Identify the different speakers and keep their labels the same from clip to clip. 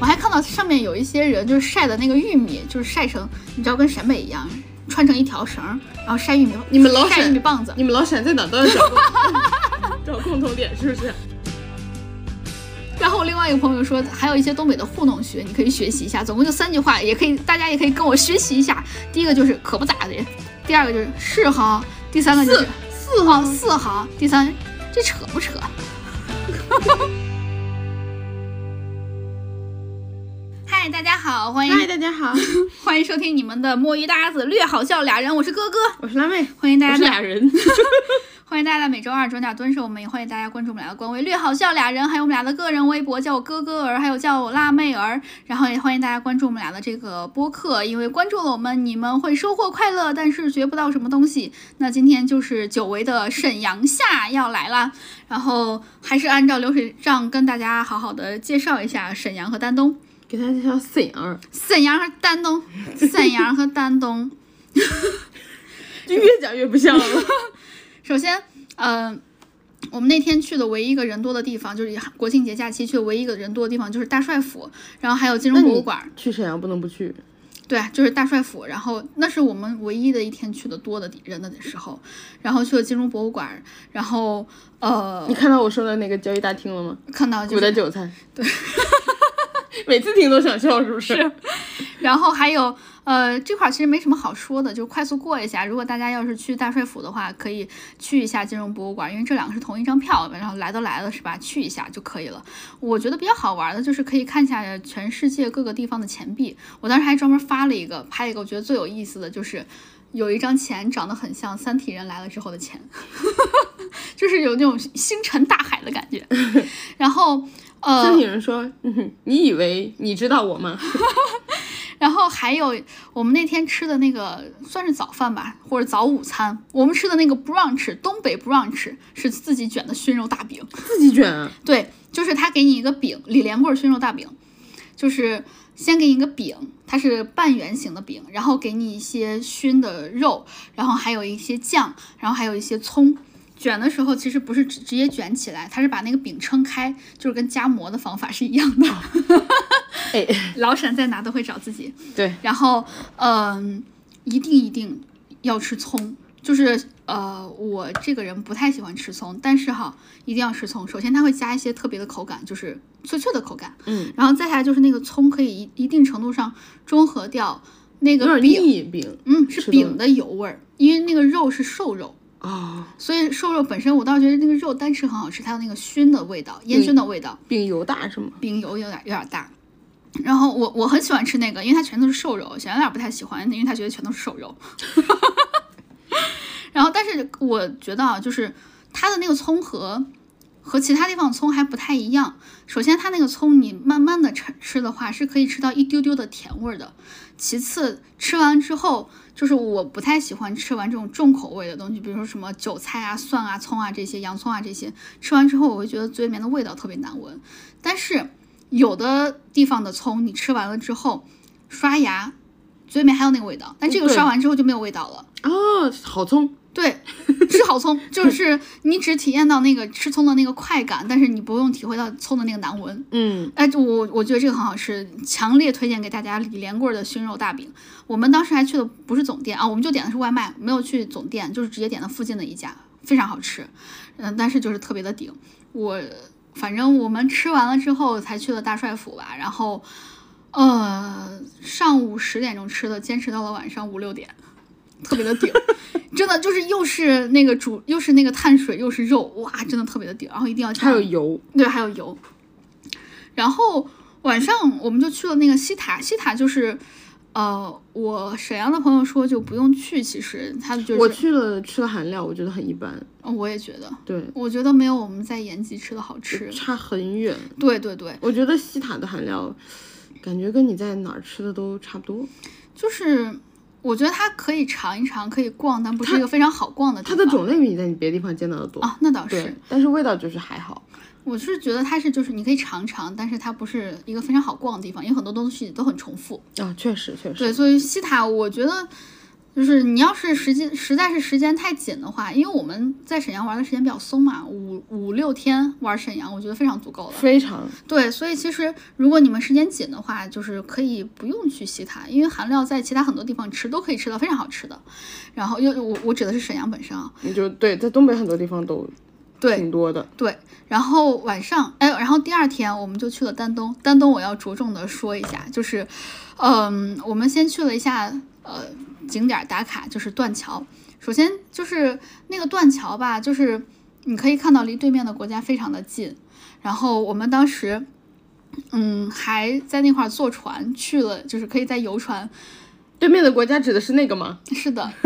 Speaker 1: 我还看到上面有一些人就是晒的那个玉米，就是晒成你知道跟陕北一样，穿成一条绳儿，然后晒玉米。
Speaker 2: 你们老
Speaker 1: 晒玉米
Speaker 2: 陕，
Speaker 1: 棒子，
Speaker 2: 你们老陕在哪儿都要找共找共同点，是不 是？
Speaker 1: 然后另外一个朋友说，还有一些东北的糊弄学，你可以学习一下。总共就三句话，也可以大家也可以跟我学习一下。第一个就是可不咋的，第二个就是是哈，第三个就是
Speaker 2: 四
Speaker 1: 哦是哈，第三这扯不扯？ 嗨，大家好，欢迎
Speaker 2: 嗨，大家好，
Speaker 1: 欢迎收听你们的摸鱼搭子略好笑俩人，我是哥哥，
Speaker 2: 我是辣妹，
Speaker 1: 欢迎大
Speaker 2: 我
Speaker 1: 家
Speaker 2: 是
Speaker 1: 在
Speaker 2: 俩人。
Speaker 1: 欢迎大家在每周二准点蹲守我们，也欢迎大家关注我们俩的官微“略好笑俩人”，还有我们俩的个人微博，叫我哥哥儿，还有叫我辣妹儿。然后也欢迎大家关注我们俩的这个播客，因为关注了我们，你们会收获快乐，但是学不到什么东西。那今天就是久违的沈阳夏要来啦，然后还是按照流水账跟大家好好的介绍一下沈阳和丹东。
Speaker 2: 给大家介绍沈阳，
Speaker 1: 沈阳和丹东，沈阳和丹东。
Speaker 2: 就越讲越不像了。
Speaker 1: 首先，嗯、我们那天去的唯一一个人多的地方，就是国庆节假期去的唯一一个人多的地方，就是大帅府，然后还有金融博物馆。
Speaker 2: 去沈阳不能不去，
Speaker 1: 对，啊就是大帅府。然后那是我们唯一的一天去的多的地人的时候，然后去了金融博物馆，然后呃
Speaker 2: 你，看到我说的那个交易大厅了吗？
Speaker 1: 看到就
Speaker 2: 古代
Speaker 1: 是，
Speaker 2: 韭菜。对， 每次听都想笑，是不是？
Speaker 1: 然后还有呃，这块儿其实没什么好说的，就快速过一下。如果大家要是去大帅府的话，可以去一下金融博物馆，因为这两个是同一张票，然后来都来了是吧？去一下就可以了。我觉得比较好玩的就是可以看一下全世界各个地方的钱币。我当时还专门发了一个，拍了一个，我觉得最有意思的就是有一张钱长得很像三体人来了之后的钱， 就是有那种星辰大海的感觉。 然后呃，
Speaker 2: 山体人说：“ 嗯哼，你以为你知道我吗
Speaker 1: 然后还有我们那天吃的那个算是早饭吧，或者早午餐，我们吃的那个 brunch，东北 brunch 是自己卷的熏肉大饼。？”
Speaker 2: 自己卷啊，
Speaker 1: 对，就是他给你一个饼，李连贵熏肉大饼，就是先给你一个饼，它是半圆形的饼，然后给你一些熏的肉，然后还有一些酱，然后还有一些葱。卷的时候其实不是直直接卷起来，它是把那个饼撑开，就是跟夹馍的方法是一样的。
Speaker 2: 哎，
Speaker 1: 老陕在哪都会找自己。
Speaker 2: 对，
Speaker 1: 然后，嗯、一定一定要吃葱，就是呃，我这个人不太喜欢吃葱，但是哈，一定要吃葱。首先，它会加一些特别的口感，就是脆脆的口感，
Speaker 2: 嗯，
Speaker 1: 然后再下来就是那个葱可以一一定程度上中和掉那
Speaker 2: 有
Speaker 1: 个
Speaker 2: 点
Speaker 1: 饼，
Speaker 2: 腻饼
Speaker 1: 嗯，
Speaker 2: 吃
Speaker 1: 是
Speaker 2: 的
Speaker 1: 饼的油味儿，因为那个肉是瘦肉。
Speaker 2: 啊，
Speaker 1: 所以瘦肉本身，我倒是觉得那个肉单吃很好吃，它有那个熏的味道，烟熏的味道。
Speaker 2: 饼油大是吗？
Speaker 1: 饼油有点有点大。然后我我很喜欢吃那个，因为它全都是瘦肉，小圆脸不太喜欢，因为他觉得全都是瘦肉。然后，但是我觉得啊，就是它的那个葱和和其他地方的葱还不太一样。首先，它那个葱你慢慢的吃吃的话，是可以吃到一丢丢的甜味儿的。其次，吃完之后，就是我不太喜欢吃完这种重口味的东西，比如说什么韭菜啊、蒜啊、葱啊这些，洋葱啊这些，吃完之后我会觉得嘴里面的味道特别难闻。但是有的地方的葱，你吃完了之后刷牙，嘴里面还有那个味道，但这个
Speaker 2: 对
Speaker 1: 刷完之后就没有味道了。
Speaker 2: 哦，好葱，
Speaker 1: 对，吃好葱就是你只体验到那个吃葱的那个快感，但是你不用体会到葱的那个难闻。
Speaker 2: 嗯，
Speaker 1: 哎，就我我觉得这个很好吃，强烈推荐给大家李连贵儿的熏肉大饼。我们当时还去的不是总店啊，我们就点的是外卖，没有去总店，就是直接点的附近的一家，非常好吃。嗯，但是就是特别的顶。我反正我们吃完了之后才去了大帅府吧，然后呃上午十点钟吃的，坚持到了晚上五六点。特别的 顶，真的就是又是那个煮，又是那个碳水，又是肉，哇，真的特别的顶。然后一定要加
Speaker 2: 还有油，
Speaker 1: 对，还有油。然后晚上我们就去了那个西塔，西塔就是，呃，我沈阳的朋友说就不用去，其实他就是
Speaker 2: 我去了吃了韩料，我觉得很一般，
Speaker 1: 嗯我也觉得，
Speaker 2: 对，
Speaker 1: 我觉得没有我们在延吉吃的好吃。
Speaker 2: 差很远。
Speaker 1: 对对对，
Speaker 2: 我觉得西塔的韩料，感觉跟你在哪儿吃的都差不多。
Speaker 1: 就是我觉得它可以尝一尝，可以逛，但不是一个非常好逛的地
Speaker 2: 它
Speaker 1: 方。
Speaker 2: 的种类比你在你别的地方见到的多，
Speaker 1: 啊，那倒
Speaker 2: 对
Speaker 1: 是，，
Speaker 2: 但是味道就是还好。
Speaker 1: 我是觉得它是就是你可以尝尝，但是它不是一个非常好逛的地方，因为很多东西都很重复。
Speaker 2: 啊，确实确实，
Speaker 1: 对，所以西塔我觉得，就是你要是时间实在是时间太紧的话，因为我们在沈阳玩的时间比较松嘛，五五六天玩沈阳，我觉得非常足够了。
Speaker 2: 非常
Speaker 1: 对，所以其实如果你们时间紧的话，就是可以不用去西塔，因为韩料在其他很多地方吃都可以吃到非常好吃的。然后又我我指的是沈阳本身啊，
Speaker 2: 你就对，在东北很多地方都
Speaker 1: 对
Speaker 2: 挺多的。
Speaker 1: 对。然后晚上，哎，然后第二天我们就去了丹东。丹东我要着重的说一下，就是，嗯，我们先去了一下呃景点打卡，就是断桥。首先就是那个断桥吧，就是你可以看到离对面的国家非常的近。然后我们当时，嗯，还在那块儿坐船去了，就是可以在游船
Speaker 2: 对面的国家指的是那个吗？
Speaker 1: 是的，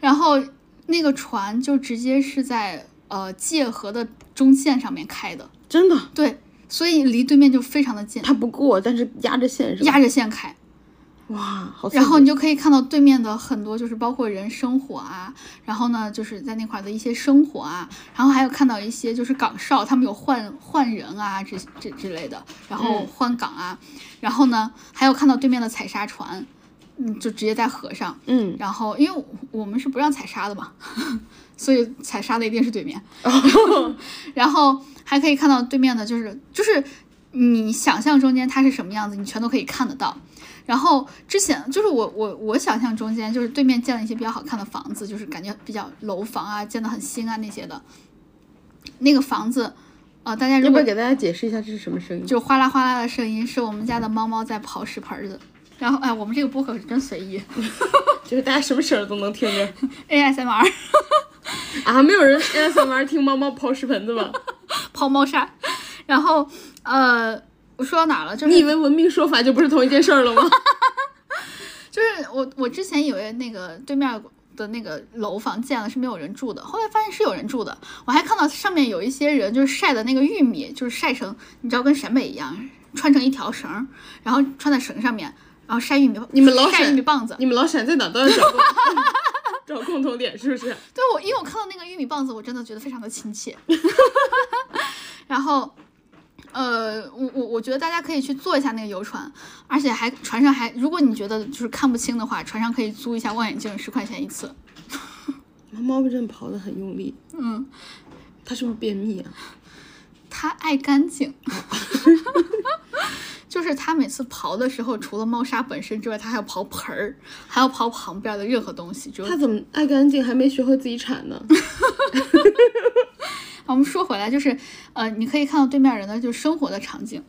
Speaker 1: 然后那个船就直接是在呃界河的中线上面开的，
Speaker 2: 真的，
Speaker 1: 对，所以离对面就非常的近，
Speaker 2: 它不过，但是压着线是吧？
Speaker 1: 压着线开，
Speaker 2: 哇，好刺激。
Speaker 1: 然后你就可以看到对面的很多，就是包括人生活啊，然后呢就是在那块儿的一些生活啊，然后还有看到一些就是港哨，他们有换换人啊，这这之类的，然后
Speaker 2: 嗯
Speaker 1: 换港啊，然后呢还有看到对面的采砂船，嗯，就直接在河上。
Speaker 2: 嗯，
Speaker 1: 然后因为我我们是不让踩沙的嘛， 所以踩沙的一定是对面。
Speaker 2: 哦
Speaker 1: 然后还可以看到对面的，就是就是你想象中间它是什么样子，你全都可以看得到。然后之前就是我我我想象中间就是对面建了一些比较好看的房子，就是感觉比较楼房啊，建得很新啊那些的。那个房子，呃，大家
Speaker 2: 要
Speaker 1: 如
Speaker 2: 不
Speaker 1: 果
Speaker 2: 要给大家解释一下这是什么声音？
Speaker 1: 就哗啦哗啦的声音，是我们家的猫猫在刨食盆儿的。然后哎，我们这个播客是真随意
Speaker 2: 就是大家什么声儿都能听着
Speaker 1: ，ASMR。
Speaker 2: 啊！没有人 ASMR 听猫猫刨食盆子吧？
Speaker 1: 抛猫砂。然后呃，我说到哪儿了？就是
Speaker 2: 你以为文明说法就不是同一件事儿了吗？
Speaker 1: 就是我我之前以为那个对面。的那个楼房建了是没有人住的，后来发现是有人住的。我还看到上面有一些人就是晒的那个玉米，就是晒成你知道跟陕北一样，穿成一条绳儿，然后穿在绳上面，然后晒玉米。
Speaker 2: 你们老
Speaker 1: 晒
Speaker 2: 陕
Speaker 1: 玉米棒子？
Speaker 2: 你们老闪在哪儿都要找 共找共同点，是不是？
Speaker 1: 对我，因为我看到那个玉米棒子，我真的觉得非常的亲切。然后，呃，我我我觉得大家可以去坐一下那个游船，而且还船上还，如果你觉得就是看不清的话，船上可以租一下望远镜，十块钱一次。
Speaker 2: 猫猫真的刨的很用力，
Speaker 1: 嗯，
Speaker 2: 它是不是便秘啊？
Speaker 1: 它爱干净， 就是它每次刨的时候，除了猫砂本身之外，它还要刨盆儿，还要刨旁边的任何东西。只有
Speaker 2: 它怎么爱干净还没学会自己 铲呢？
Speaker 1: 好，我们说回来，就是呃，你可以看到对面人的就是生活的场景，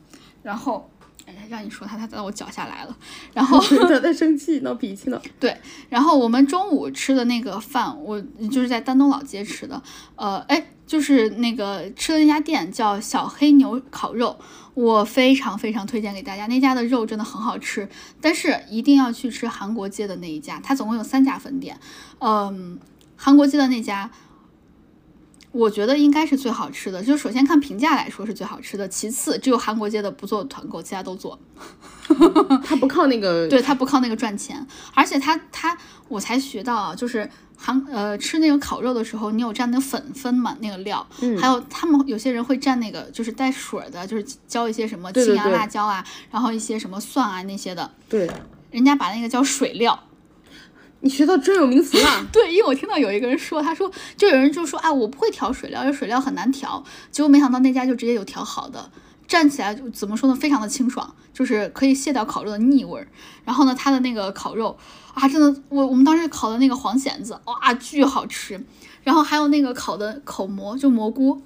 Speaker 1: 然后。哎让你说他，他在我脚下来了。然后，
Speaker 2: 它在生气闹脾气呢。
Speaker 1: 对，然后我们中午吃的那个饭，我就是在丹东老街吃的。呃，哎，就是那个吃的那家店叫小黑牛烤肉，我非常非常推荐给大家。那家的肉真的很好吃，但是一定要去吃韩国街的那一家，它总共有三家分店。嗯，韩国街的那家。我觉得应该是最好吃的，就是首先看评价来说是最好吃的，其次只有韩国街的不做团购，其他都做。
Speaker 2: 它不靠那个，
Speaker 1: 对他不靠那个赚钱，而且他他我才学到啊，就是韩呃吃那个烤肉的时候，你有蘸那个粉分嘛，那个料，
Speaker 2: 嗯
Speaker 1: 还有他们有些人会蘸那个就是带水儿的，就是浇一些什么
Speaker 2: 对
Speaker 1: 青
Speaker 2: 对
Speaker 1: 阳
Speaker 2: 对
Speaker 1: 辣椒啊，然后一些什么蒜啊那些的，
Speaker 2: 对，
Speaker 1: 人家把那个叫水料。
Speaker 2: 你学到专有名词啊了。
Speaker 1: 对，因为我听到有一个人说，他说就有人就说啊，我不会调水料，这水料很难调，结果没想到那家就直接有调好的。蘸起来就怎么说呢，非常的清爽，就是可以卸掉烤肉的腻味儿。然后呢，它的那个烤肉啊，真的，我我们当时烤的那个黄蚬子，哇，巨好吃。然后还有那个烤的口蘑，就蘑菇，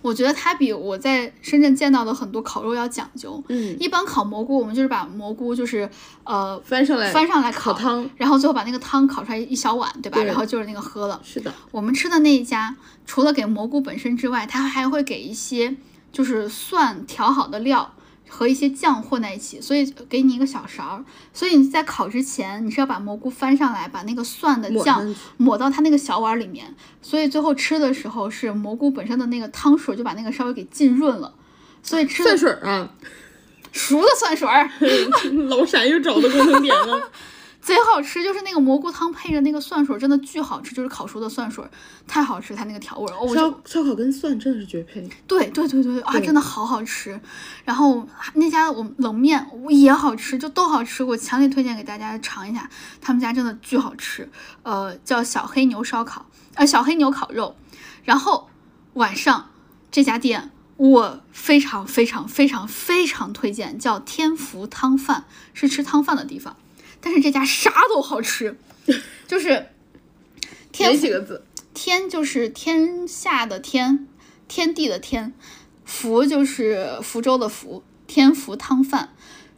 Speaker 1: 我觉得它比我在深圳见到的很多烤肉要讲究。
Speaker 2: 嗯，
Speaker 1: 一般烤蘑菇，我们就是把蘑菇就是呃
Speaker 2: 翻上来，
Speaker 1: 翻上来
Speaker 2: 烤
Speaker 1: 烤，
Speaker 2: 汤。
Speaker 1: 然后最后把那个汤烤出来一小碗，对吧？
Speaker 2: 对
Speaker 1: 然后就是那个喝了。
Speaker 2: 是的，
Speaker 1: 我们吃的那一家，除了给蘑菇本身之外，它还会给一些就是蒜调好的料和一些酱混在一起，所以给你一个小勺儿。所以你在烤之前，你是要把蘑菇翻上来，把那个蒜的
Speaker 2: 抹
Speaker 1: 嗯酱
Speaker 2: 上去
Speaker 1: 抹到它那个小碗里面，所以最后吃的时候是蘑菇本身的那个汤水就把那个稍微给浸润了。所以吃
Speaker 2: 蒜
Speaker 1: 的
Speaker 2: 水儿啊，
Speaker 1: 熟的蒜水儿，
Speaker 2: 老陕又找到共同点了。
Speaker 1: 贼好吃，就是那个蘑菇汤配着那个蒜水儿，真的巨好吃，就是烤熟的蒜水儿，太好吃，它那个调味儿，哦， 我就
Speaker 2: 烧烧烤跟蒜真的是绝配，
Speaker 1: 对对对对啊，
Speaker 2: 对
Speaker 1: 真的好好吃。然后那家的我们冷面我也好吃，就都好吃，我强烈推荐给大家尝一下，他们家真的巨好吃。呃，叫小黑牛烧烤，呃，小黑牛烤肉。然后晚上这家店我非常非常非常非常推荐，叫天福汤饭，是吃汤饭的地方。但是这家啥都好吃， 就是天
Speaker 2: 哪
Speaker 1: 福
Speaker 2: 几个字？
Speaker 1: 天就是天下的天，天地的天，福就是福州的福，天福汤饭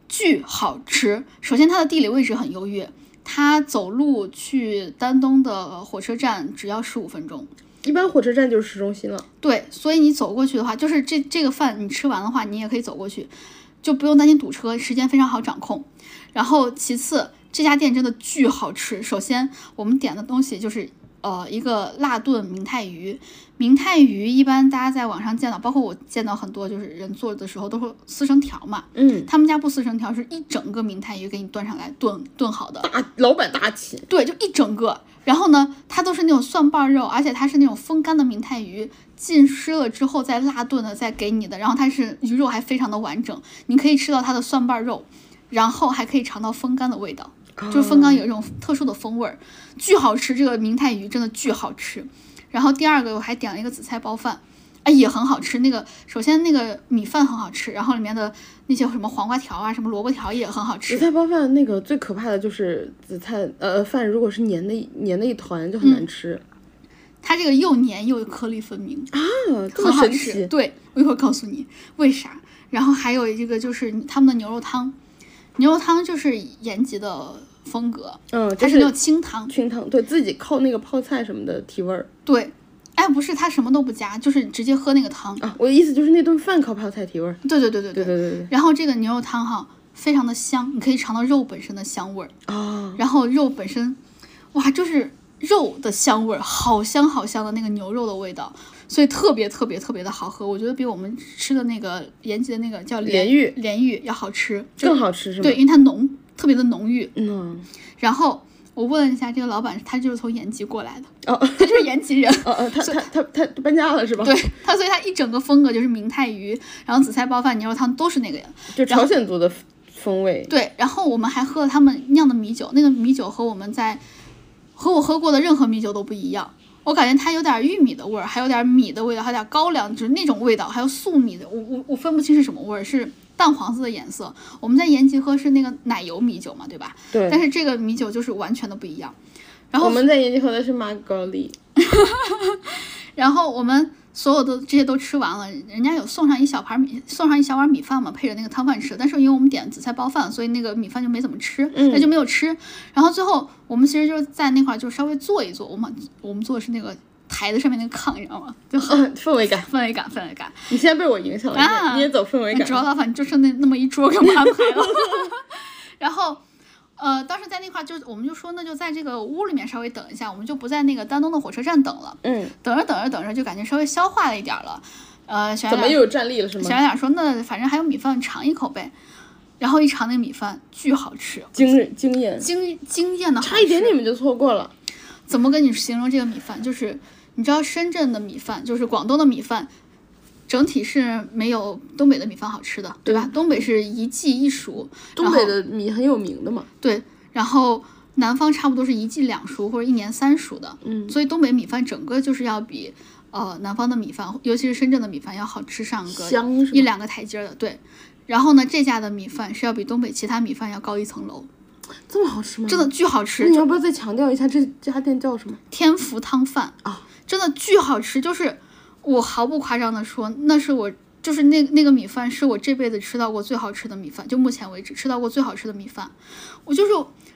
Speaker 1: 巨好吃。首先，它的地理位置很优越，它走路去丹东的火车站只要十五分钟。
Speaker 2: 一般火车站就是市中心了，
Speaker 1: 对，所以你走过去的话，就是这这个饭你吃完的话，你也可以走过去，就不用担心堵车，时间非常好掌控。然后其次，这家店真的巨好吃。首先我们点的东西就是呃一个辣炖明太鱼，明太鱼一般大家在网上见到，包括我见到很多就是人做的时候都会撕成条嘛，
Speaker 2: 嗯，
Speaker 1: 他们家不撕成条，是一整个明太鱼给你端上来炖炖好的。
Speaker 2: 大老板大气，
Speaker 1: 对，就一整个。然后呢，它都是那种蒜瓣肉，而且它是那种风干的明太鱼，浸湿了之后再辣炖的，再给你的。然后它是鱼肉还非常的完整，你可以吃到它的蒜瓣肉，然后还可以尝到风干的味道，就是风干有一种特殊的风味儿，巨好吃。这个明太鱼真的巨好吃。然后第二个我还点了一个紫菜包饭，哎，也很好吃。那个首先那个米饭很好吃，然后里面的那些什么黄瓜条啊、什么萝卜条也很好吃
Speaker 2: 紫。菜包饭那个最可怕的就是紫菜呃饭如果是粘的一粘的一团就很
Speaker 1: 嗯
Speaker 2: 难吃、
Speaker 1: 它这个又黏又颗粒分明，
Speaker 2: 啊，这
Speaker 1: 很
Speaker 2: 么
Speaker 1: 好
Speaker 2: 神
Speaker 1: 吃。
Speaker 2: 奇，
Speaker 1: 对，我一会儿告诉你为啥。然后还有一个就是他们的牛肉汤，牛肉汤就是延吉的风格，
Speaker 2: 嗯，
Speaker 1: 它
Speaker 2: 就是
Speaker 1: 那
Speaker 2: 是
Speaker 1: 种清汤。
Speaker 2: 清汤，对自己靠那个泡菜什么的提味儿
Speaker 1: 对，哎，不是，它什么都不加，就是直接喝那个汤。
Speaker 2: 啊，我的意思就是那顿饭靠泡菜提味儿，
Speaker 1: 对对对对
Speaker 2: 对对对对
Speaker 1: 然后这个牛肉汤哈，非常的香，你可以尝到肉本身的香味儿。
Speaker 2: 啊，
Speaker 1: 然后肉本身，哇，就是肉的香味儿，好香好香的那个牛肉的味道，所以特别特别特别的好喝。我觉得比我们吃的那个延吉的那个叫
Speaker 2: 莲芋
Speaker 1: 莲芋要好吃，
Speaker 2: 更好吃是吗？
Speaker 1: 对，，因为它浓，特别的浓郁。
Speaker 2: 嗯，
Speaker 1: 然后我问了一下这个老板，他就是从延吉过来的，
Speaker 2: 哦哦
Speaker 1: 他就是延吉人。
Speaker 2: 哦，他他他他他搬家了是吧？
Speaker 1: 对，他，所以他一整个风格就是明太鱼，然后紫菜包饭、牛肉汤都是那个人。
Speaker 2: 就朝鲜族的风味，
Speaker 1: 对，然后我们还喝了他们酿的米酒，那个米酒和我们在和我喝过的任何米酒都不一样。我感觉它有点玉米的味儿，还有点米的味道，还有点高粱，就是那种味道，还有粟米的，我我我分不清是什么味儿，是淡黄色的颜色。我们在延吉喝是那个奶油米酒嘛，对吧？
Speaker 2: 对
Speaker 1: 但是这个米酒就是完全的不一样。然后
Speaker 2: 我们在延吉喝的是马格利，
Speaker 1: 然后我们所有的这些都吃完了，人家有送上一小盘米，送上一小碗米饭嘛，配着那个汤饭吃。但是因为我们点紫菜包饭，所以那个米饭就没怎么吃，
Speaker 2: 嗯
Speaker 1: 那、就没有吃。然后最后我们其实就是在那块儿就稍微坐一坐，我们我们坐的是那个台子上面那个炕，你知道吗？就很
Speaker 2: 啊，氛围感，
Speaker 1: 氛围感，氛围感。
Speaker 2: 你现在被我影响了，你也
Speaker 1: 啊
Speaker 2: 你也走氛围
Speaker 1: 那主要
Speaker 2: 感，
Speaker 1: 老板就剩那那么一桌给我们安排 了。然后，呃，当时在那块儿就我们就说那就在这个屋里面稍微等一下，我们就不在那个丹东的火车站等了。
Speaker 2: 嗯，
Speaker 1: 等着等着等着，就感觉稍微消化了一点儿了。呃，小
Speaker 2: 怎
Speaker 1: 冉
Speaker 2: 么
Speaker 1: 冉
Speaker 2: 又有战力了是
Speaker 1: 小
Speaker 2: 吗？
Speaker 1: 冉冉说：“那反正还有米饭，尝一口呗。”然后一尝那个米饭，巨好吃，
Speaker 2: 惊人惊艳，
Speaker 1: 惊惊艳的好吃。
Speaker 2: 差一点你们就错过了，
Speaker 1: 怎么跟你形容这个米饭？就是你知道深圳的米饭，就是广东的米饭，整体是没有东北的米饭好吃的，对吧？东北是一季一熟，
Speaker 2: 东
Speaker 1: 然
Speaker 2: 北
Speaker 1: 后
Speaker 2: 的米很有名的嘛，
Speaker 1: 对，然后南方差不多是一季两熟或者一年三熟的，
Speaker 2: 嗯，
Speaker 1: 所以东北米饭整个就是要比呃南方的米饭，尤其是深圳的米饭要好吃上个
Speaker 2: 香是
Speaker 1: 一
Speaker 2: 吧？
Speaker 1: 两个台阶儿的，对。然后呢，这家的米饭是要比东北其他米饭要高一层楼，
Speaker 2: 这么好吃吗？
Speaker 1: 真的巨好吃
Speaker 2: 那。你要不要再强调一下这家店叫什么？
Speaker 1: 天福汤饭
Speaker 2: 啊，
Speaker 1: 真的巨好吃，就是我毫不夸张的说，那是我就是那那个米饭是我这辈子吃到过最好吃的米饭，就目前为止吃到过最好吃的米饭。我就是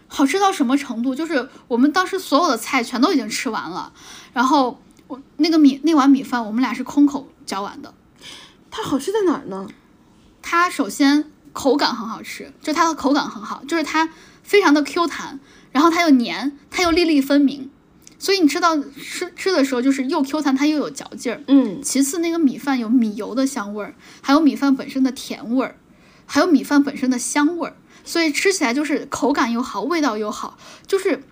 Speaker 1: 好吃到什么程度，就是我们当时所有的菜全都已经吃完了，然后我那个米那碗米饭我们俩是空口嚼完的，
Speaker 2: 它好吃在哪儿呢？
Speaker 1: 它首先口感很好吃，就它的口感很好，就是它非常的 Q 弹，然后它又黏，它又粒粒分明，所以你吃到吃吃的时候就是又 Q 弹，它又有嚼劲儿。
Speaker 2: 嗯，
Speaker 1: 其次，那个米饭有米油的香味儿，还有米饭本身的甜味儿，还有米饭本身的香味儿，所以吃起来就是口感又好，味道又好，就是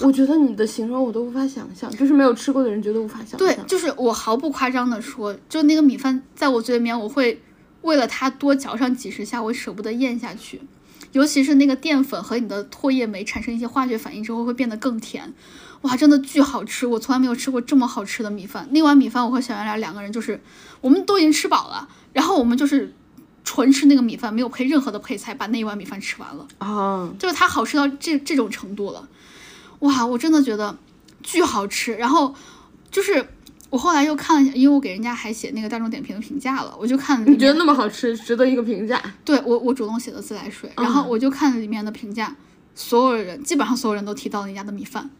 Speaker 2: 我觉得你的形容我都无法想象，就是没有吃过的人绝对无法想象。
Speaker 1: 对，就是我毫不夸张的说，就那个米饭在我嘴里面，我会为了它多嚼上几十下，我舍不得咽下去。尤其是那个淀粉和你的唾液酶产生一些化学反应之后，会变得更甜。哇，真的巨好吃！我从来没有吃过这么好吃的米饭。那碗米饭，我和小圆脸两个人就是，我们都已经吃饱了，然后我们就是纯吃那个米饭，没有配任何的配菜，把那一碗米饭吃完了。
Speaker 2: 啊，
Speaker 1: 就是它好吃到这这种程度了，哇！我真的觉得巨好吃。然后就是我后来又看了一下，因为我给人家还写那个大众点评的评价了，我就看里
Speaker 2: 你觉
Speaker 1: 面
Speaker 2: 得那么好吃，值得一个评价？
Speaker 1: 对我我主动写的自来水，然
Speaker 2: 嗯
Speaker 1: 后我就看里面的评价，所有人基本上所有人都提到了人家的米饭。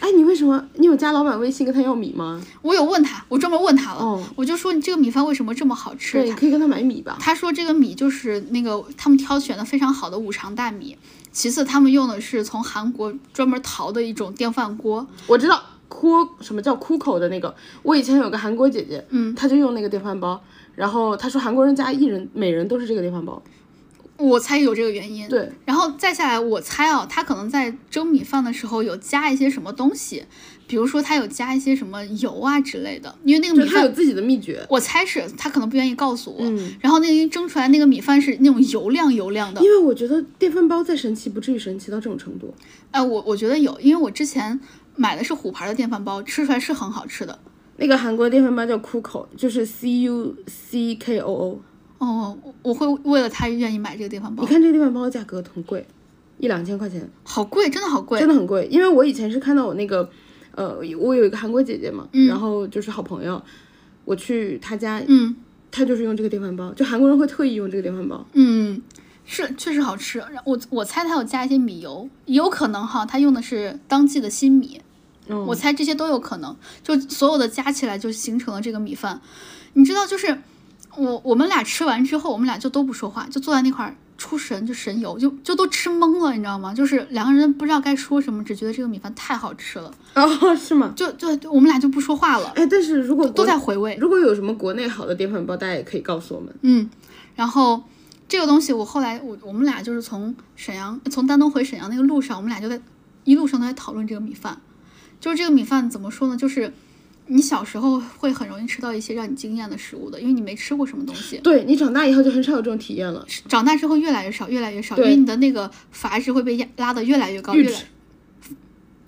Speaker 2: 哎，你为什么？你有加老板微信跟他要米吗？
Speaker 1: 我有问他，我专门问他了，
Speaker 2: 哦，
Speaker 1: 我就说你这个米饭为什么这么好吃？
Speaker 2: 对，可以跟他买米吧。
Speaker 1: 他说这个米就是那个他们挑选的非常好的五常大米，其次他们用的是从韩国专门淘的一种电饭锅，
Speaker 2: 我知道哭什么叫哭口的那个，我以前有个韩国姐姐，
Speaker 1: 嗯，
Speaker 2: 她就用那个电饭煲，然后她说韩国人家一人每人都是这个电饭煲，
Speaker 1: 我猜有这个原因。
Speaker 2: 对，
Speaker 1: 然后再下来，我猜啊，他可能在蒸米饭的时候有加一些什么东西，比如说他有加一些什么油啊之类的，因为那个
Speaker 2: 就
Speaker 1: 米
Speaker 2: 她有
Speaker 1: 饭，
Speaker 2: 自己的秘诀，
Speaker 1: 我猜是他可能不愿意告诉我。
Speaker 2: 嗯
Speaker 1: 然后那个蒸出来那个米饭是那种油亮油亮的
Speaker 2: 因，为我觉得电饭煲再神奇不至于神奇到这种程度，
Speaker 1: 哎，我我觉得有，因为我之前买的是虎牌的电饭煲，吃出来是很好吃的。
Speaker 2: 那个韩国的电饭煲叫哭口，就是 C U C K O O，
Speaker 1: 哦，我我会为了它愿意买这个电饭煲
Speaker 2: 你，看这个电饭煲的价格很贵，一两千块钱，
Speaker 1: 好贵，真的好贵
Speaker 2: 真。的很贵，因为我以前是看到我那个，呃，我有一个韩国姐姐嘛，然后就是好朋友，我去她家，
Speaker 1: 嗯
Speaker 2: 她就是用这个电饭煲，就韩国人会特意用这个电饭煲。
Speaker 1: 嗯，是确实好吃。然后我我猜它有加一些米油，也有可能哈，它用的是当季的新米。
Speaker 2: 嗯
Speaker 1: 我猜这些都有可能，就所有的加起来就形成了这个米饭。你知道，就是我我们俩吃完之后，我们俩就都不说话，就坐在那块儿出神，就神游，就就都吃懵了，你知道吗？就是两个人不知道该说什么，只觉得这个米饭太好吃了，
Speaker 2: 哦，是吗？
Speaker 1: 就就就我们俩就不说话了，
Speaker 2: 哎，但是如果
Speaker 1: 都
Speaker 2: 国
Speaker 1: 在回味。
Speaker 2: 如果有什么国内好的电饭煲，大家也可以告诉我们。
Speaker 1: 嗯，然后这个东西我后来我我们俩就是从沈阳从丹东回沈阳那个路上，我们俩就在一路上都在讨论这个米饭，就是这个米饭怎么说呢？就是你小时候会很容易吃到一些让你惊艳的食物的，因为你没吃过什么东西。
Speaker 2: 对你长大以后就很少有这种体验了，
Speaker 1: 长大之后越来越少，越来越少，因
Speaker 2: 对
Speaker 1: 为你的那个阀值会被压拉得越来越高，
Speaker 2: 阈
Speaker 1: 越来
Speaker 2: 值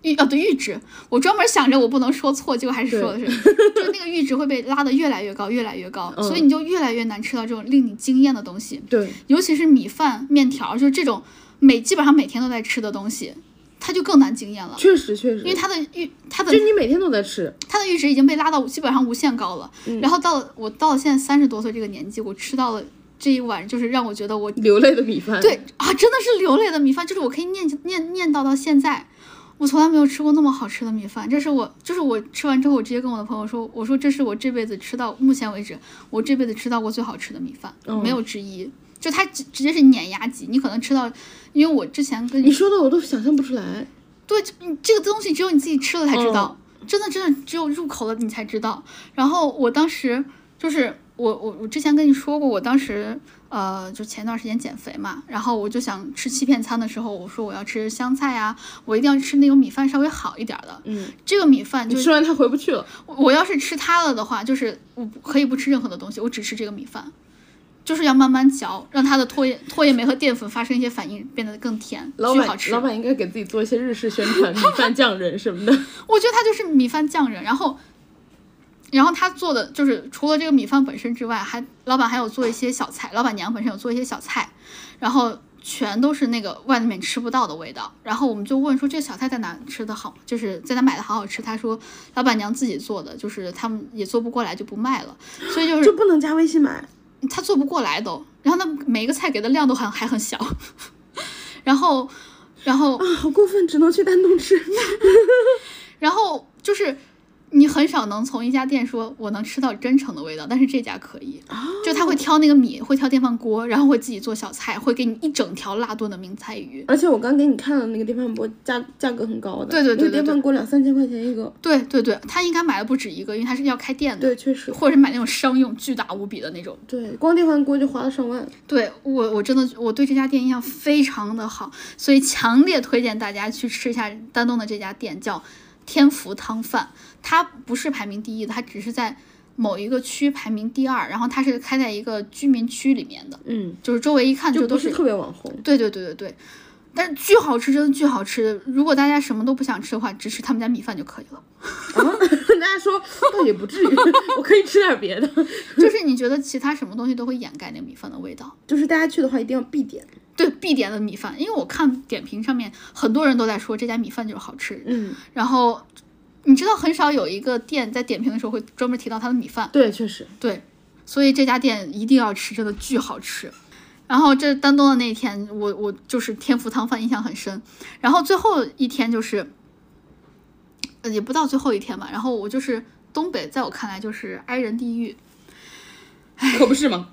Speaker 1: 阈哦对阈值，我专门想着我不能说错，结果还是说的是，就是那个阈值会被拉得越来越高，越来越高，
Speaker 2: 嗯
Speaker 1: 所以你就越来越难吃到这种令你惊艳的东西。
Speaker 2: 对，
Speaker 1: 尤其是米饭、面条，就是这种每基本上每天都在吃的东西，它就更难惊艳了，
Speaker 2: 确实确实，
Speaker 1: 因为它的阈它的
Speaker 2: 就是你每天都在吃，
Speaker 1: 它的阈值已经被拉到基本上无限高了。然后到了我到了现在三十多岁这个年纪，我吃到了这一碗，就是让我觉得我
Speaker 2: 流泪的米饭。
Speaker 1: 对啊，真的是流泪的米饭，就是我可以念念念叨到现在。我从来没有吃过那么好吃的米饭，这是我，就是我吃完之后，我直接跟我的朋友说，我说这是我这辈子吃到目前为止，我这辈子吃到过最好吃的米饭，没有之一。就它直直接是碾压级，你可能吃到，因为我之前跟
Speaker 2: 你说的我都想象不出来。
Speaker 1: 对，这嗯这个东西只有你自己吃了才知道，
Speaker 2: 嗯
Speaker 1: 真的真的只有入口了你才知道。然后我当时就是我我我之前跟你说过，我当时呃就前段时间减肥嘛，然后我就想吃欺骗餐的时候，我说我要吃香菜啊，我一定要吃那种米饭稍微好一点儿的。
Speaker 2: 嗯，
Speaker 1: 这个米饭就
Speaker 2: 你
Speaker 1: 是
Speaker 2: 吃完它回不去了。
Speaker 1: 我我要是吃它了的话，就是我不可以不吃任何的东西，我只吃这个米饭。就是要慢慢嚼，让它的唾液、唾液酶和淀粉发生一些反应，变得更甜，
Speaker 2: 老
Speaker 1: 巨好
Speaker 2: 板
Speaker 1: 吃。
Speaker 2: 老板应该给自己做一些日式宣传， 米饭匠人什么的。
Speaker 1: 我觉得他就是米饭匠人，然后，然后他做的就是除了这个米饭本身之外，还老板还有做一些小菜，老板娘本身有做一些小菜，然后全都是那个外面吃不到的味道。然后我们就问说这小菜在哪吃的好，就是在哪买的好好吃。他说老板娘自己做的，就是他们也做不过来就不卖了，所以就
Speaker 2: 就是不能加微信买，
Speaker 1: 他做不过来都。然后那每一个菜给的量都很还很小， 然后，然后
Speaker 2: 啊，好过分，只能去丹东吃。
Speaker 1: 然后就是你很少能从一家店说我能吃到真诚的味道，但是这家可以，就他会挑那个米，会挑电饭锅，然后会自己做小菜，会给你一整条辣炖的明菜鱼。
Speaker 2: 而且我刚给你看的那个电饭锅价价格很高的，
Speaker 1: 对对对对
Speaker 2: 那个电饭锅两三千块钱一个，
Speaker 1: 对对对，他应该买的不止一个，因为他是要开店的，
Speaker 2: 对，确实，
Speaker 1: 或者是买那种商用巨大无比的那种。
Speaker 2: 对，光电饭锅就花了上万。
Speaker 1: 对我，我真的我对这家店印象非常的好，所以强烈推荐大家去吃一下丹东的这家店，叫天福汤饭。它不是排名第一的，它只是在某一个区排名第二，然后它是开在一个居民区里面的，
Speaker 2: 嗯，
Speaker 1: 就是周围一看
Speaker 2: 就
Speaker 1: 都
Speaker 2: 不
Speaker 1: 是
Speaker 2: 是特别网红。
Speaker 1: 对对对对对，但是巨好吃，真的巨好吃。如果大家什么都不想吃的话，只吃他们家米饭就可以了。
Speaker 2: 啊，大家说倒也不 至于，我可以吃点别的。
Speaker 1: 就是你觉得其他什么东西都会掩盖那米饭的味道。
Speaker 2: 就是大家去的话一定要必点。
Speaker 1: 对必点的米饭，因为我看点评上面很多人都在说这家米饭就是好吃，
Speaker 2: 嗯，
Speaker 1: 然后你知道很少有一个店在点评的时候会专门提到它的米饭，
Speaker 2: 对，确实。
Speaker 1: 对，所以这家店一定要吃，真的巨好吃。然后这丹东的那一天，我我就是天福汤饭印象很深，然后最后一天就是，呃，也不到最后一天吧，然后我就是东北，在我看来就是哀人地狱，
Speaker 2: 可不是吗？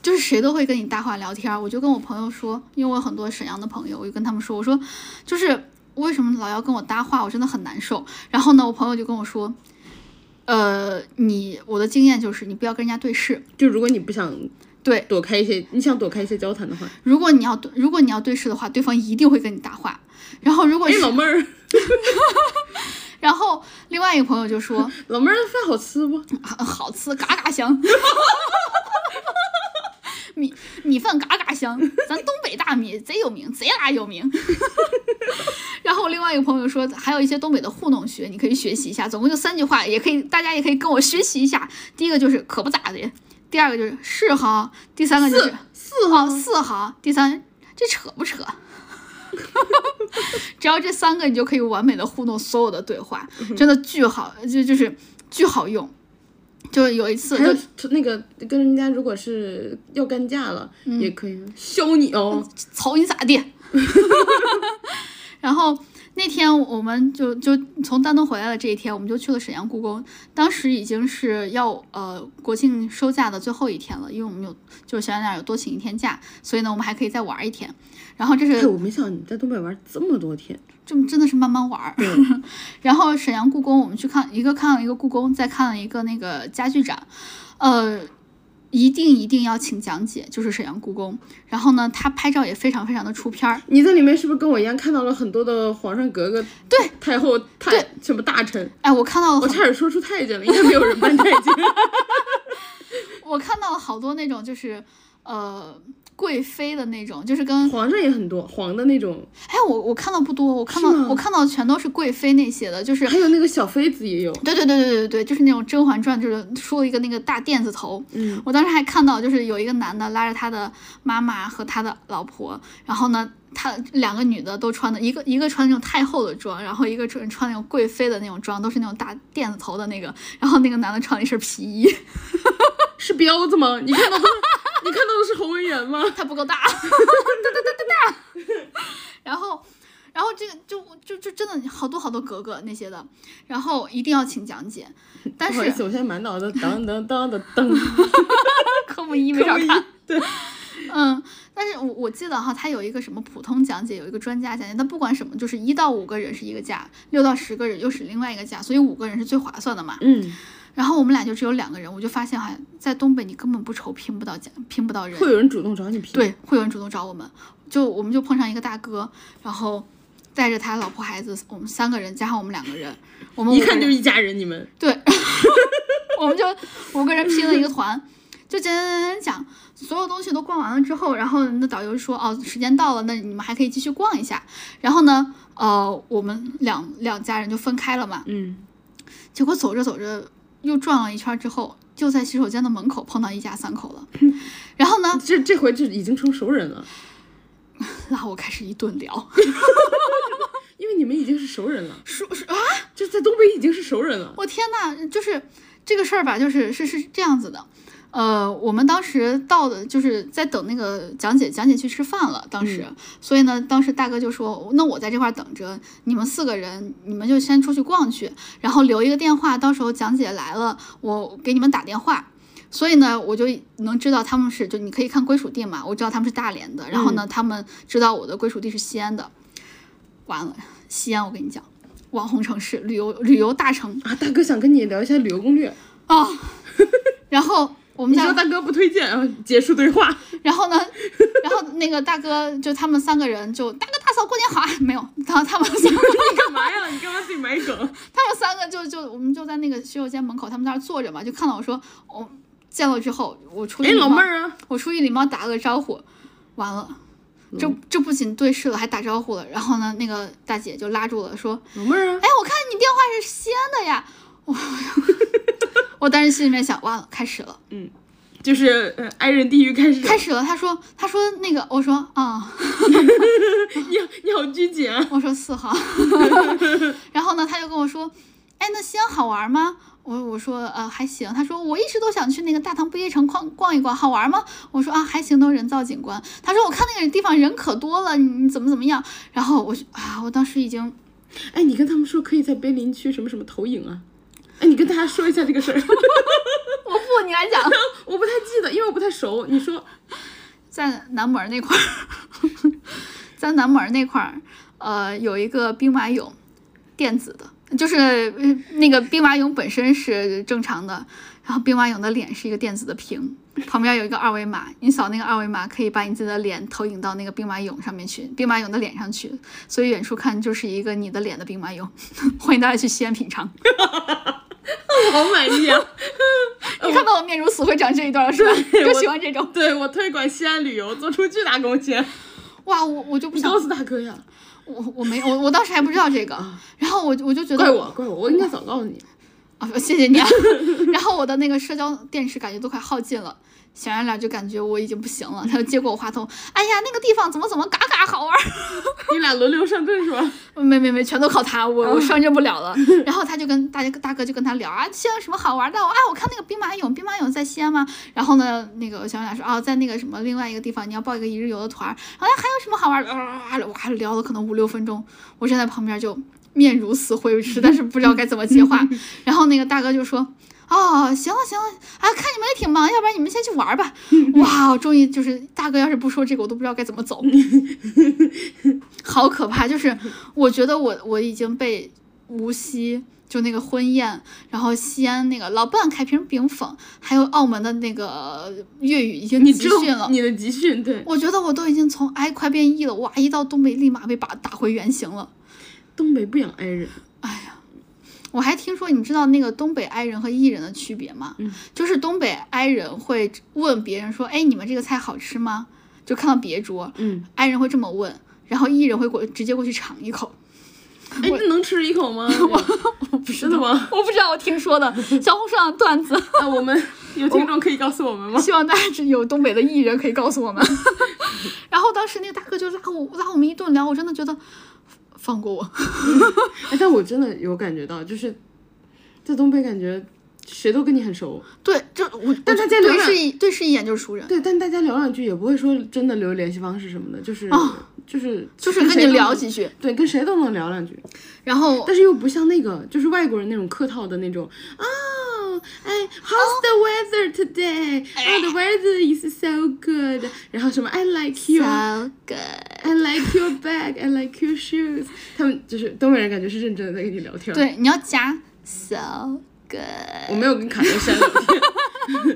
Speaker 1: 就是谁都会跟你搭话聊天儿。我就跟我朋友说，因为我有很多沈阳的朋友，我就跟他们说，我说就是为什么老要跟我搭话，我真的很难受。然后呢，我朋友就跟我说，呃，你我的经验就是你不要跟人家对视，
Speaker 2: 就如果你不想
Speaker 1: 对
Speaker 2: 躲开一些，你想躲开一些交谈的话，
Speaker 1: 如果你要对如果你要对视的话，对方一定会跟你搭话。然后如果
Speaker 2: 哎，
Speaker 1: 是，
Speaker 2: 老妹儿，
Speaker 1: 然后另外一个朋友就说
Speaker 2: 老妹儿的饭好吃不？
Speaker 1: 啊好吃，嘎嘎香。米米饭嘎嘎香，咱东北大米贼有名，贼拉有名。 然后另外一个朋友说，还有一些东北的糊弄学，你可以学习一下。总共就三句话，也可以，大家也可以跟我学习一下。第一个就是可不咋的，第二个就是是哈，第三个就是
Speaker 2: 四
Speaker 1: 哦，
Speaker 2: 号
Speaker 1: 四行，第三，这扯不扯？ 只要这三个，你就可以完美的糊弄所有的对话，
Speaker 2: 嗯
Speaker 1: 真的巨好，就就是巨好用。就有一次
Speaker 2: 还有
Speaker 1: 就
Speaker 2: 那个跟人家如果是要干架了，
Speaker 1: 嗯
Speaker 2: 也可以啊削你哦。
Speaker 1: 瞅你咋地， 然后那天我们就就从丹东回来的这一天，我们就去了沈阳故宫。当时已经是要呃国庆收假的最后一天了，因为我们有就是小冉冉有多请一天假，所以呢我们还可以再玩一天。然后这是
Speaker 2: 对，哎我没想到你在东北玩这么多天，
Speaker 1: 就真的是慢慢玩儿。 然后沈阳故宫，我们去看一个看了一个故宫，再看了一个那个家具展，呃，一定一定要请讲解，就是沈阳故宫。然后呢，他拍照也非常非常的出片儿。
Speaker 2: 你在里面是不是跟我一样看到了很多的皇上格格、
Speaker 1: 对
Speaker 2: 太后、太
Speaker 1: 对
Speaker 2: 什么大臣？
Speaker 1: 哎，我看到了
Speaker 2: 我
Speaker 1: 很
Speaker 2: 差点说出太监了，应该没有人扮太监。
Speaker 1: 我看到了好多那种就是呃贵妃的那种，就是跟
Speaker 2: 皇上也很多，黄的那种，
Speaker 1: 哎我我看到不多，我看到
Speaker 2: 是吗
Speaker 1: 我看到全都是贵妃那些的，就是
Speaker 2: 还有那个小妃子也有。
Speaker 1: 对对对对对对，就是那种《甄嬛传》，就是梳了一个那个大垫子头。
Speaker 2: 嗯，
Speaker 1: 我当时还看到，就是有一个男的拉着他的妈妈和他的老婆，然后呢，他两个女的都穿的，一个一个穿那种太后的装，然后一个穿穿那种贵妃的那种装，都是那种大垫子头的那个，然后那个男的穿了一身皮衣，
Speaker 2: 是彪子吗？你看到的， 你看到的是侯文言吗？
Speaker 1: 他不 够大，大大大大大，然后。然后这个就就就真的好多好多格格那些的，然后一定要请讲 解，但
Speaker 2: 不好意
Speaker 1: 是
Speaker 2: 思，我现在满脑子 当当当的噔，
Speaker 1: 科目一没少
Speaker 2: 科目 一
Speaker 1: 看，
Speaker 2: 对，
Speaker 1: 嗯，但是我我记得哈，它有一个什么普通讲解，有一个专家讲解，但不管什么，就是一到五个人是一个价，六到十个人又是另外一个价，所以五个人是最划算的嘛。
Speaker 2: 嗯，
Speaker 1: 然后我们俩就只有两个人，我就发现哈，在东北你根本不愁拼不到价，拼不到人，
Speaker 2: 会有人主动找你拼。，
Speaker 1: 对，会有人主动找我们，就我们就碰上一个大哥，然后带着他老婆孩子，我们三个人加上我们两个人，我们
Speaker 2: 一
Speaker 1: 五个
Speaker 2: 看
Speaker 1: 人
Speaker 2: 就是一家人，你们。
Speaker 1: 对， 我们就五个人拼了一个团，就讲讲讲讲，所有东西都逛完了之后，然后那导游说哦，时间到了，那你们还可以继续逛一下。然后呢，呃，我们两两家人就分开了嘛。
Speaker 2: 嗯，
Speaker 1: 结果走着走着又转了一圈之后，就在洗手间的门口碰到一家三口了。 然后呢，
Speaker 2: 这这回就已经成熟人了，
Speaker 1: 然后我开始一顿聊，
Speaker 2: 因为你们已经是熟人了，
Speaker 1: 说说
Speaker 2: 就在东北已经是熟人了。
Speaker 1: 我天呐，就是这个事儿吧，就是是是这样子的，呃，我们当时到的就是在等那个蒋姐，蒋姐去吃饭了，当时，所以呢，当时大哥就说，那我在这块儿等着，你们四个人，你们就先出去逛去，然后留一个电话，到时候蒋姐来了，我给你们打电话。所以呢，我就能知道他们是，就你可以看归属地嘛，我知道他们是大连的，然后呢，他们知道我的归属地是西安的。完了，西安，我跟你讲，网红城市，旅游旅游大城
Speaker 2: 啊，大哥想跟你聊一下旅游攻略，
Speaker 1: 啊、 然后我们
Speaker 2: 你
Speaker 1: 家
Speaker 2: 说大哥不推荐啊，结束对话。
Speaker 1: 然后呢，然后那个大哥就他们三个人就大哥大嫂过年好啊， 没有，然后他们三个
Speaker 2: 你干嘛呀？你干嘛自己埋梗？
Speaker 1: 他们三个就就我们就在那个洗手间门口，他们在那儿坐着嘛，就看到我说我见了之后，我出去
Speaker 2: 哎，老
Speaker 1: 礼貌
Speaker 2: 妹儿啊，
Speaker 1: 我出去礼貌打了个招呼，完了。这
Speaker 2: 嗯
Speaker 1: 这不仅对视了，还打招呼了。然后呢，那个大姐就拉住了，说
Speaker 2: 老妹儿啊：“，
Speaker 1: 哎，我看你电话是西安的呀！” 我我当时心里面想，完了，开始了。
Speaker 2: 就是呃爱人地狱开始。
Speaker 1: 开始了，他说，他说那个，我说啊、
Speaker 2: 你你好拘谨 啊！
Speaker 1: 我说四号， 然后呢，他就跟我说，哎，那西安好玩吗？我我说呃还行，他说我一直都想去那个大唐不夜城逛逛一逛，好玩吗？我说啊还行，都是人造景观。他说我看那个地方人可多了，你你怎么怎么样？然后我就啊，我当时已经
Speaker 2: 哎，你跟他们说可以在碑林区什么什么投影啊？哎，你跟大家说一下这个事儿，
Speaker 1: 我不你来讲，
Speaker 2: 我不太记得，因为我不太熟。你说
Speaker 1: 在南门那块儿， 在南门那块儿，呃，有一个兵马俑，电子的，就是呃那个兵马俑本身是正常的，然后兵马俑的脸是一个电子的屏，旁边有一个二维码，你扫那个二维码可以把你自己的脸投影到那个兵马俑上面去，兵马俑的脸上去，所以远处看就是一个你的脸的兵马俑， 欢迎大家去西安品尝。
Speaker 2: 哦我好满意啊！
Speaker 1: 你看到我面如死灰长这一段了是吧？
Speaker 2: 对
Speaker 1: 就
Speaker 2: 我
Speaker 1: 喜欢这种，
Speaker 2: 对我推广西安旅游做出巨大贡 献。
Speaker 1: 哇，我我就不
Speaker 2: 你
Speaker 1: 想
Speaker 2: 告，诉大哥呀，
Speaker 1: 我我没我我当时还不知道这个，然后我就我就觉得
Speaker 2: 啊怪我怪我，我应该早告诉 你。
Speaker 1: 啊，谢谢 你啊。然后我的那个社交电池感觉都快耗尽了，小圆脸就感觉我已经不行了，他就接过我话筒，哎呀，那个地方怎么怎么嘎嘎好玩儿，
Speaker 2: 你俩轮流上阵是吧？
Speaker 1: 没没没，全都靠他，我
Speaker 2: 嗯
Speaker 1: 我上阵不了了。然后他就跟大家大哥就跟他聊啊，西安有什么好玩的？啊，我看那个兵马俑，兵马俑在西安吗？然后呢，那个小圆脸说啊，在那个什么另外一个地方，你要报一个一日游的团儿。然后哎还有什么好玩的？啊，我还聊了可能五六分钟，我站在旁边就面如死灰，实在是不知道该怎么接话。然后那个大哥就说：“哦，行了行了，啊，看你们也挺忙，要不然你们先去玩吧。”哇，我终于就是大哥要是不说这个，我都不知道该怎么走，好可怕！就是我觉得我我已经被无锡。就那个婚宴，然后西安那个老伴开瓶饼粉，还有澳门的那个粤语已经
Speaker 2: 你
Speaker 1: 集
Speaker 2: 只有
Speaker 1: 训了，
Speaker 2: 你的集训，对，
Speaker 1: 我觉得我都已经从 I 快变 E 了，哇！一到东北立马被打打回原形了。哎
Speaker 2: 东北不养爱 人，
Speaker 1: 我还听说，你知道那个东北 I 人和 E 人的区别吗？
Speaker 2: 嗯
Speaker 1: 就是东北 I 人会问别人说：“哎，你们这个菜好吃吗？”就看到别桌
Speaker 2: 嗯，
Speaker 1: ，I 人会这么问，然后 E 人会过直接过去尝一口。
Speaker 2: 哎，那能吃一口吗？ 我我不真的 吗？
Speaker 1: 我不知道，我听说的小红书上的段子，
Speaker 2: 啊，我们有听众可以告诉我们吗？
Speaker 1: 希望大家只有东北的 E 人可以告诉我们。 然后当时那个大哥就拉我拉我们一顿聊，我真的觉得放过我。
Speaker 2: 哎，但我真的有感觉到，就是在东北感觉谁都跟你很熟，
Speaker 1: 对，就我，我
Speaker 2: 但大家聊
Speaker 1: 对
Speaker 2: 聊
Speaker 1: 视一对视一眼就是熟人。
Speaker 2: 对，但大家聊两句也不会说真的留联系方式什么的，就是、
Speaker 1: 啊
Speaker 2: 哦就是
Speaker 1: 就是跟
Speaker 2: 谁
Speaker 1: 你
Speaker 2: 都
Speaker 1: 聊
Speaker 2: 能
Speaker 1: 几句，
Speaker 2: 对，跟谁都能聊两句，
Speaker 1: 然后
Speaker 2: 但是又不像那个就是外国人那种客套的那种啊。哎，How's the weather today? Oh, the weather is so good. 然后什么 I like you, I
Speaker 1: so good，
Speaker 2: like your bag, I like your shoes。他 们就是东北人，感觉是认真的在跟你聊天。，
Speaker 1: 对，你要加 so good。
Speaker 2: 我没有跟卡戴珊 聊天。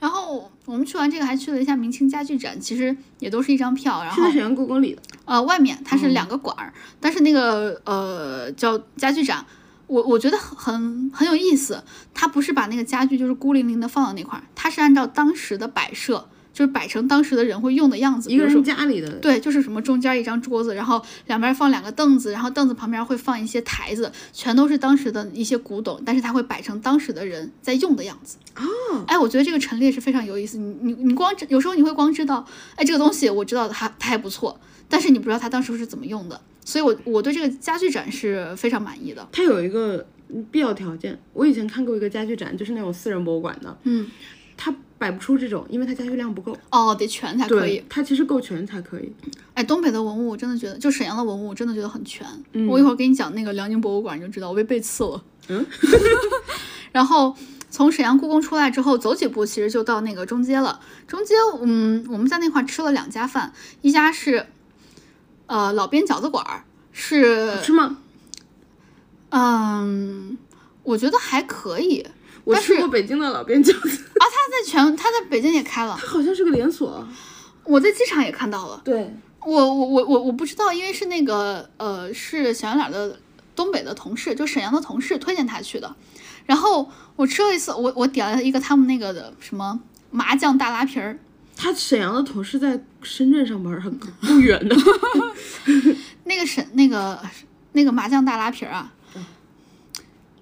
Speaker 1: 然后我们去完这个还去了一下明清家具展，其实也都是一张票，然
Speaker 2: 是
Speaker 1: 后
Speaker 2: 在沈阳故宫里的，
Speaker 1: 呃外面它是两个馆儿，但是那个呃叫家具展。我我觉得很很很有意思，它不是把那个家具就是孤零零的放到那块儿，它是按照当时的摆设，就是摆成当时的人会用的样子。
Speaker 2: 一个
Speaker 1: 比如
Speaker 2: 人
Speaker 1: 说
Speaker 2: 家里的，
Speaker 1: 对，就是什么中间一张桌子，然后两边放两个凳子，然后凳子旁边会放一些台子，全都是当时的一些古董，但是它会摆成当时的人在用的样子。哦，哎，我觉得这个陈列是非常有意思。你你你光知有时候你会光知道，哎，这个东西我知道它它还不错，但是你不知道它当时是怎么用的。所以我，我对这个家具展是非常满意的。
Speaker 2: 它有一个必要条件。我以前看过一个家具展，就是那种私人博物馆的，
Speaker 1: 嗯，
Speaker 2: 它摆不出这种，因为它家具量不够。
Speaker 1: 哦，得全才可以
Speaker 2: 对。，它其实够全才可以。
Speaker 1: 哎，东北的文物我真的觉得，就沈阳的文物我真的觉得很全。我一会儿给你讲那个辽宁博物馆，你就知道我被背刺了。
Speaker 2: 嗯，
Speaker 1: 然后从沈阳故宫出来之后，走几步其实就到那个中街了。中街，嗯，我们在那块儿吃了两家饭，一家是呃老边饺子馆儿，是
Speaker 2: 吃吗？
Speaker 1: 嗯，我觉得还可以。
Speaker 2: 我
Speaker 1: 但
Speaker 2: 吃
Speaker 1: 是
Speaker 2: 过北京的老边饺子，
Speaker 1: 啊，他在全他在北京也开了，
Speaker 2: 它好像是个连锁。啊
Speaker 1: 我在机场也看到了。
Speaker 2: 对，
Speaker 1: 我我我我我不知道，因为是那个呃，是小圆脸的东北的同事，就沈阳的同事推荐他去的。然后我吃了一次，我我点了一个他们那个的什么麻酱大拉皮儿，
Speaker 2: 他沈阳的同事在深圳上班，很不远的。
Speaker 1: 那个沈那个那个麻酱大拉皮儿啊，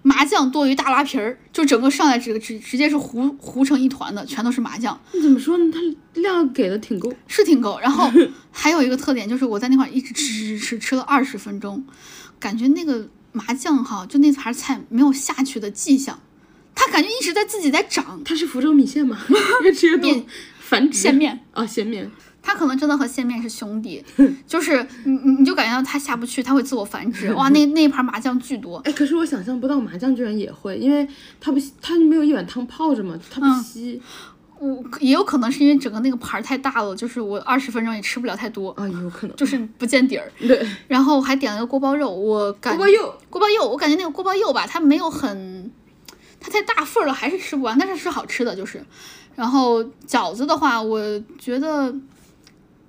Speaker 1: 麻酱多于大拉皮儿，就整个上来直直直接是糊糊成一团的，全都是麻酱，
Speaker 2: 你怎么说呢？它量给的挺够。
Speaker 1: 是挺够。然后还有一个特点就是我在那块儿一直吃吃吃吃吃了二十分钟，感觉那个麻酱哈，就那盘菜没有下去的迹象，它感觉一直在自己在长
Speaker 2: 它是福州米线吗？越吃越
Speaker 1: 面
Speaker 2: 多，繁殖。
Speaker 1: 线面。
Speaker 2: 啊，鲜面。
Speaker 1: 它可能真的和线面是兄弟，就是你你你就感觉到它下不去，它会自我繁殖。哇，那那盘麻酱巨多，
Speaker 2: 哎，可是我想象不到麻酱居然也会，因为它不，它没有一碗汤泡着嘛，它
Speaker 1: 嗯
Speaker 2: 不吸。
Speaker 1: 我也有可能是因为整个那个盘儿太大了，就是我二十分钟也吃不了太多，
Speaker 2: 啊，有可能。
Speaker 1: 就是不见底儿。
Speaker 2: 对，
Speaker 1: 然后还点了个锅包肉，我感
Speaker 2: 锅包肉
Speaker 1: 锅包肉，我感觉那个锅包肉吧，它没有很，它太大份儿了，还是吃不完，但是是好吃的，就是。然后饺子的话，我觉得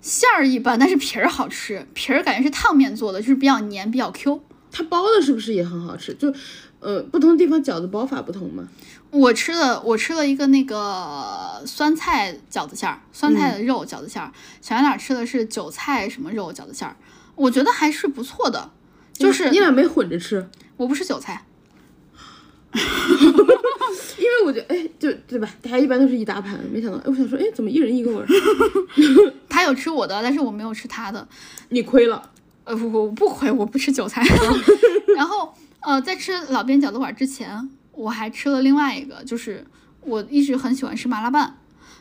Speaker 1: 馅儿一般，但是皮儿好吃，皮儿感觉是烫面做的，就是比较黏，比较 Q。
Speaker 2: 它包的是不是也很好吃？就，呃，不同地方饺子包法不同嘛。
Speaker 1: 我吃了，我吃了一个那个酸菜饺子馅儿，酸菜的肉饺子馅儿。小圆脸吃的是韭菜什么肉饺子馅儿，我觉得还是不错的。就是
Speaker 2: 你俩没混着吃，
Speaker 1: 我不吃韭菜，
Speaker 2: 因为我觉得，哎，就对吧？大家一般都是一大盘，没想到，哎，我想说，哎，怎么一人一个味儿？
Speaker 1: 他有吃我的，但是我没有吃他的。
Speaker 2: 你亏了。
Speaker 1: 呃，我我不亏，我不吃韭菜。然后呃，在吃老边饺子馆之前，我还吃了另外一个，就是我一直很喜欢吃麻辣拌。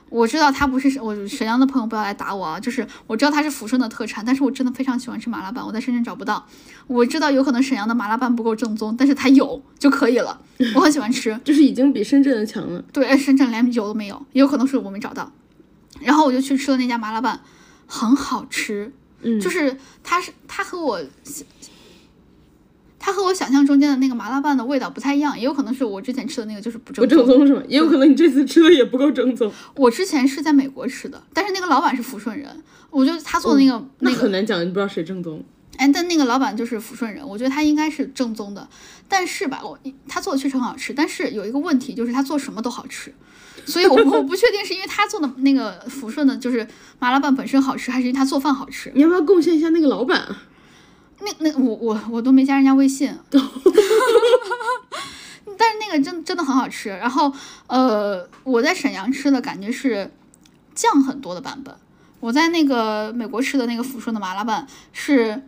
Speaker 1: 我知道它不是我沈阳的朋友不要来打我啊，就是我知道它是抚顺的特产，但是我真的非常喜欢吃麻辣拌，我在深圳找不到。我知道有可能沈阳的麻辣拌不够正宗，但是它有就可以了，我很喜欢吃。
Speaker 2: 就是已经比深圳的强了。
Speaker 1: 对，深圳连有都没有，也有可能是我没找到。然后我就去吃了那家麻辣拌，很好吃，
Speaker 2: 嗯，
Speaker 1: 就是它是它和我，它和我想象中间的那个麻辣拌的味道不太一样，也有可能是我之前吃的那个就是不
Speaker 2: 不
Speaker 1: 正
Speaker 2: 正
Speaker 1: 宗。
Speaker 2: 宗是吗？也有可能你这次吃的也不够正宗，
Speaker 1: 我之前是在美国吃的，但是那个老板是抚顺人，我觉得他做的那个、
Speaker 2: 哦那
Speaker 1: 那个
Speaker 2: 很难讲，你不知道谁正宗。
Speaker 1: 哎，但那个老板就是抚顺人，我觉得他应该是正宗的。但是吧，我他做的确实很好吃，但是有一个问题就是他做什么都好吃，所以我不我不确定是因为他做的那个抚顺的就是麻辣拌本身好吃，还是因为他做饭好吃。
Speaker 2: 你要不要贡献一下那个老板啊？
Speaker 1: 那那我我我都没加人家微信，但是那个真真的很好吃。然后呃，我在沈阳吃的感觉是酱很多的版本，我在那个美国吃的那个抚顺的麻辣拌是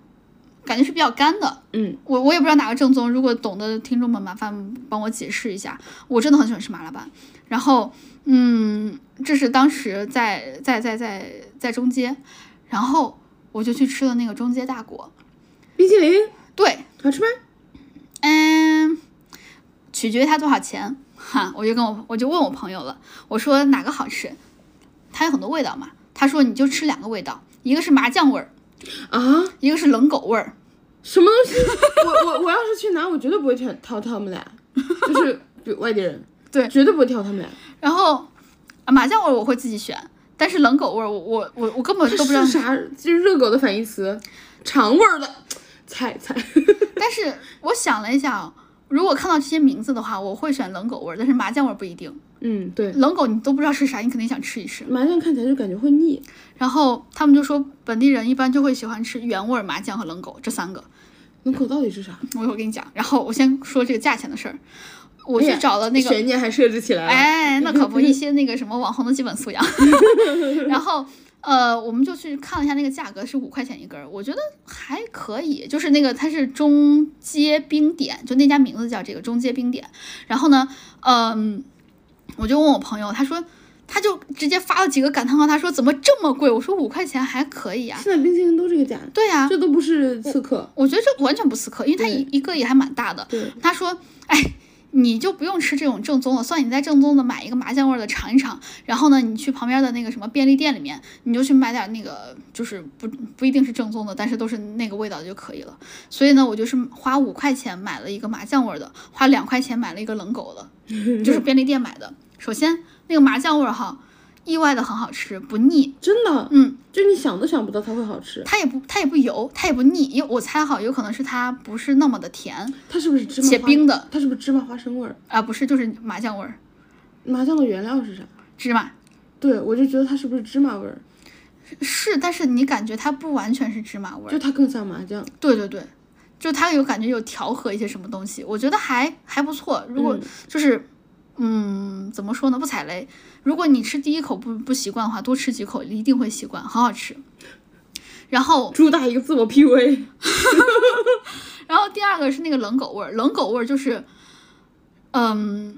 Speaker 1: 感觉是比较干的。
Speaker 2: 嗯，
Speaker 1: 我我也不知道哪个正宗，如果懂的听众们麻烦帮我解释一下。我真的很喜欢吃麻辣拌，然后嗯，这是当时在在在在在中街，然后我就去吃了那个中街大果，
Speaker 2: 冰淇淋
Speaker 1: 对，
Speaker 2: 好吃吗？
Speaker 1: 嗯，取决于它多少钱哈。我就跟我我就问我朋友了，我说哪个好吃？它有很多味道嘛，他说你就吃两个味道，一个是麻酱味儿，
Speaker 2: 啊，
Speaker 1: 一个是冷狗味儿。
Speaker 2: 什么东西？ 我我我要是去拿，我绝对不会挑挑他们俩，就是比外地人，
Speaker 1: 对
Speaker 2: 绝对不会挑他 们俩。
Speaker 1: 然后啊麻酱味儿我会自己选，但是冷狗味儿我我我我根本都不知道
Speaker 2: 是。啥，就是热狗的反义词，肠味儿的菜 菜。
Speaker 1: 但是我想了一下啊，如果看到这些名字的话，我会选冷狗味儿，但是麻酱味儿不一定。
Speaker 2: 嗯，对，
Speaker 1: 冷狗你都不知道是啥，你肯定想吃一吃。
Speaker 2: 麻酱看起来就感觉会腻。
Speaker 1: 然后他们就说本地人一般就会喜欢吃原味儿、麻酱和冷狗这三个。
Speaker 2: 门口到底是啥？
Speaker 1: 我一会儿跟你讲。然后我先说这个价钱的事儿，我
Speaker 2: 哎
Speaker 1: 去
Speaker 2: 呀
Speaker 1: 找了那个，
Speaker 2: 悬念还设置起来了。
Speaker 1: 哎，那可不一些那个什么网红的基本素养。然后呃，我们就去看了一下那个价格是五块钱一根儿，我觉得还可以，就是那个它是中街冰点，就那家名字叫这个中街冰点。然后呢，嗯、我就问我朋友，他说他就直接发了几个感叹号，他说怎么这么贵？我说五块钱还可以啊。
Speaker 2: 现在冰淇淋都这个价，
Speaker 1: 对呀、
Speaker 2: 这都不是刺客。
Speaker 1: 我觉得这完全不死磕，因为他一一个也还蛮大的。
Speaker 2: 对，
Speaker 1: 他说，哎。你就不用吃这种正宗了，算你在正宗的买一个麻酱味儿的尝一尝，然后呢，你去旁边的那个什么便利店里面，你就去买点那个，就是不不一定是正宗的，但是都是那个味道的就可以了。所以呢，我就是花五块钱买了一个麻酱味儿的，花两块钱买了一个冷狗的，就是便利店买的。首先，那个麻酱味儿哈，意外的很好吃，不腻，
Speaker 2: 真的，
Speaker 1: 嗯，
Speaker 2: 就你想都想不到它会好吃。
Speaker 1: 它也不它也不油，它也不腻，因为我猜好有可能是它不是那么的甜
Speaker 2: 它是不是芝麻？
Speaker 1: 且冰的。
Speaker 2: 它是不是芝麻花生味儿？
Speaker 1: 啊，不是就是麻酱味儿，
Speaker 2: 麻酱的原料是啥？
Speaker 1: 芝麻
Speaker 2: 对，我就觉得它是不是芝麻味儿？
Speaker 1: 是，但是你感觉它不完全是芝麻味
Speaker 2: 就
Speaker 1: 儿，
Speaker 2: 它更像麻酱。
Speaker 1: 对对对，就它有感觉有调和一些什么东西，我觉得还还不错。如果就是嗯怎么说呢，不踩雷。如果你吃第一口不不习惯的话，多吃几口一定会习惯，很好吃。然后，
Speaker 2: 主打一个自我 PUA，
Speaker 1: 然后第二个是那个冷狗味儿，冷狗味儿就是，嗯，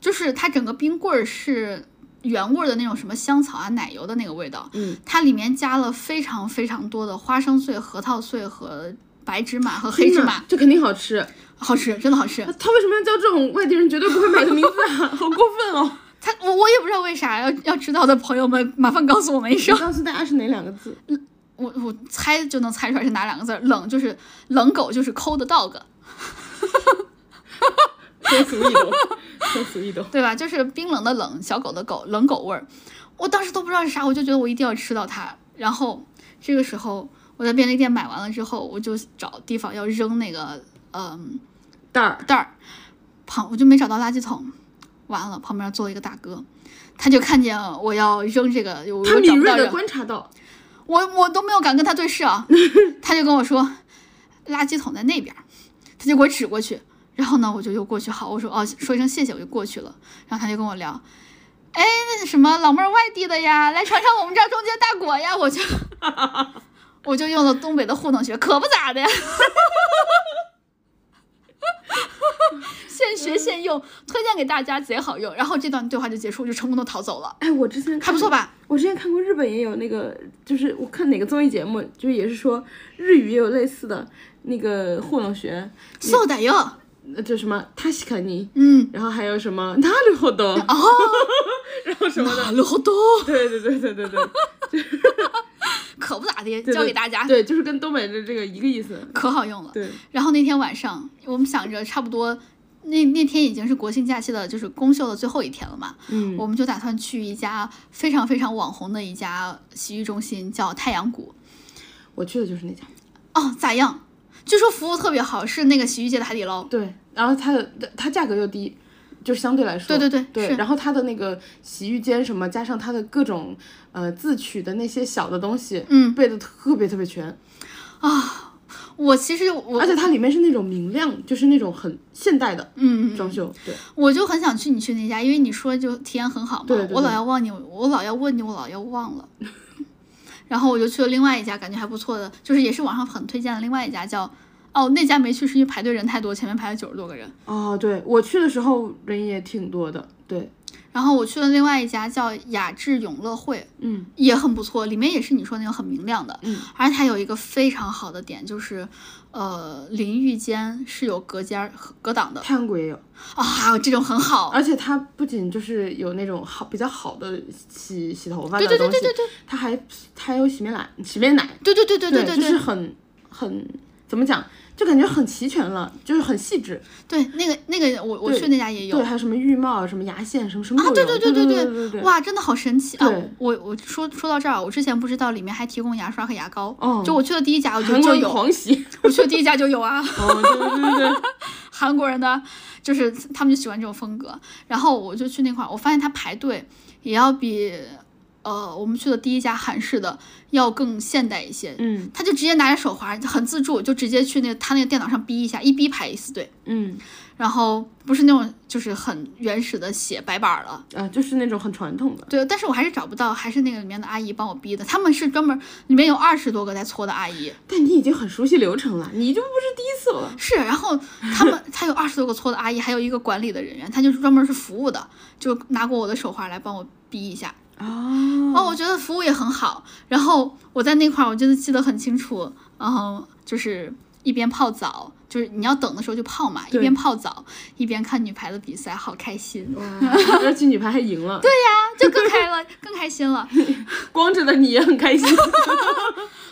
Speaker 1: 就是它整个冰棍儿是原味儿的那种什么香草啊、奶油的那个味道，
Speaker 2: 嗯，
Speaker 1: 它里面加了非常非常多的花生碎、核桃碎和白芝麻和 黑芝麻，
Speaker 2: 这肯定好吃。
Speaker 1: 好吃，真的好吃。
Speaker 2: 他为什么要叫这种外地人绝对不会买的名 字啊？好过分哦！
Speaker 1: 它我我也不知道为啥要要知道的朋友们，麻烦告诉我们一声
Speaker 2: 我。告诉大家是哪两个 字？
Speaker 1: 我我猜就能猜出来是哪两个字儿，冷就是冷狗就是 cold dog，
Speaker 2: 通俗易懂，通 俗易懂。
Speaker 1: 对吧？就是冰冷的冷，小狗的狗，冷狗味儿。我当时都不知道是啥，我就觉得我一定要吃到它。然后这个时候我在便利店买完了之后，我就找地方要扔那个嗯
Speaker 2: 蛋儿，
Speaker 1: 袋儿，旁我就没找到垃圾桶，完了旁边坐了一个大哥，他就看见我要扔这个，我
Speaker 2: 他
Speaker 1: 我找不
Speaker 2: 敏锐
Speaker 1: 到
Speaker 2: 的
Speaker 1: 人，
Speaker 2: 观察到，
Speaker 1: 我我都没有敢跟他对视啊，他就跟我说垃圾桶在那边儿，他就给我指过去，然后呢我就又过去，好我说哦说一声谢谢我就过去了，然后他就跟我聊。哎，那什么老妹儿外地的呀，来尝尝我们这儿中间大果呀！我就我就用了东北的糊弄学，可不咋的呀， 现学现用，推荐给大家，贼好用。然后这段对话就结束，我就成功的逃走了，
Speaker 2: 哎，我之前
Speaker 1: 还不错
Speaker 2: 吧？
Speaker 1: 吧？
Speaker 2: 我之前看过日本也有那个，就是我看哪个综艺节目，就是也是说日语也有类似的那个糊弄学，
Speaker 1: そうだよ，
Speaker 2: 呃，就什么塔西卡尼，
Speaker 1: 嗯，哦
Speaker 2: 然后还有什么纳鲁后多， 然后什么的，
Speaker 1: なるほど，
Speaker 2: 对对对对对对，
Speaker 1: 可不咋的，
Speaker 2: 对
Speaker 1: 教给大家，
Speaker 2: 对，就是跟东北的这个一个意思。
Speaker 1: 可好用了。
Speaker 2: 对，
Speaker 1: 然后那天晚上，我们想着差不多，那那天已经是国庆假期的，就是公休的最后一天了嘛，
Speaker 2: 嗯，
Speaker 1: 我们就打算去一家非常非常网红的一家洗浴中心，叫太阳谷。
Speaker 2: 我去的就是那家。
Speaker 1: 哦，咋样？据说服务特别好，是那个洗浴界的海底捞。
Speaker 2: 对，然后它的它价格又低，就是相对来说，
Speaker 1: 对对对是
Speaker 2: 然后它的那个洗浴间什么，加上它的各种呃自取的那些小的东西，
Speaker 1: 嗯
Speaker 2: 备的特别特别全，
Speaker 1: 我其实我
Speaker 2: 而且它里面是那种明亮，就是那种很现代的
Speaker 1: 嗯，嗯
Speaker 2: 装修。对，
Speaker 1: 我就很想去你去那家，因为你说就体验很好嘛。
Speaker 2: 对对对
Speaker 1: 我老要忘你，我老要问你，我老要忘了。 然后我就去了另外一家，感觉还不错的，就是也是网上很推荐的另外一家叫。哦，那家没去是因为排队人太多，前面排了九十多个人。
Speaker 2: 哦，对我去的时候人也挺多的。对，
Speaker 1: 然后我去了另外一家叫雅致永乐会，
Speaker 2: 嗯，
Speaker 1: 也很不错，里面也是你说那种很明亮的，
Speaker 2: 嗯，
Speaker 1: 而且它有一个非常好的点就是，呃，淋浴间是有隔间儿和隔挡的
Speaker 2: 太阳谷也有，
Speaker 1: 啊，这种很好，
Speaker 2: 而且它不仅就是有那种好比较好的洗洗头发的
Speaker 1: 对
Speaker 2: 东西，
Speaker 1: 对对对对对
Speaker 2: 它还它还有洗面奶、洗面奶，
Speaker 1: 对对对对对对
Speaker 2: 就是
Speaker 1: 对
Speaker 2: 很很怎么讲，就感觉很齐全了，就是很细致。
Speaker 1: 对，那个那个我我去那家也有啊
Speaker 2: 对，还有什么浴帽、啊什么牙线、什么什么都有。
Speaker 1: 啊，对对
Speaker 2: 哎对
Speaker 1: 对
Speaker 2: 对
Speaker 1: 对
Speaker 2: 对。
Speaker 1: 哇，真的好神奇啊
Speaker 2: 对！
Speaker 1: 我我说说到这儿啊，我之前不知道里面还提供牙刷和牙膏，
Speaker 2: 哦
Speaker 1: 就我去的第一家我就
Speaker 2: 韩国
Speaker 1: 就
Speaker 2: 人
Speaker 1: 有，
Speaker 2: 狂 喜。
Speaker 1: 我去的第一家就有啊。
Speaker 2: 哦，对对对对对。
Speaker 1: 韩国人的，就是他们就喜欢这种风格。然后我就去那块儿，我发现他排队也要比，嗯、呃我们去的第一家韩式的要更现代一些。
Speaker 2: 嗯
Speaker 1: 他就直接拿着手滑，很自助，就直接去那个他那个电脑上逼一下，一逼排一四队，
Speaker 2: 嗯
Speaker 1: 然后不是那种就是很原始的写白板儿了。
Speaker 2: 啊，就是那种很传统的。
Speaker 1: 对，但是我还是找不到，还是那个里面的阿姨帮我逼的。他们是专门里面有二十多个在搓的阿姨，
Speaker 2: 但你已经很熟悉流程了，你就不是第一次了。
Speaker 1: 是，然后他们他有二十多个搓的阿姨，还有一个管理的人员，他就是专门是服务的，就拿过我的手环来帮我逼一下。
Speaker 2: 哦
Speaker 1: 哦，我觉得服务也很好。然后我在那块儿，我真的记得很清楚，然后就是一边泡澡，就是你要等的时候就泡嘛，一
Speaker 2: 对
Speaker 1: 边泡澡一边看女排的比赛，好开心，啊
Speaker 2: 而且女排还赢了，对，
Speaker 1: 就更开了，更开心了。
Speaker 2: 光着的你也很开心，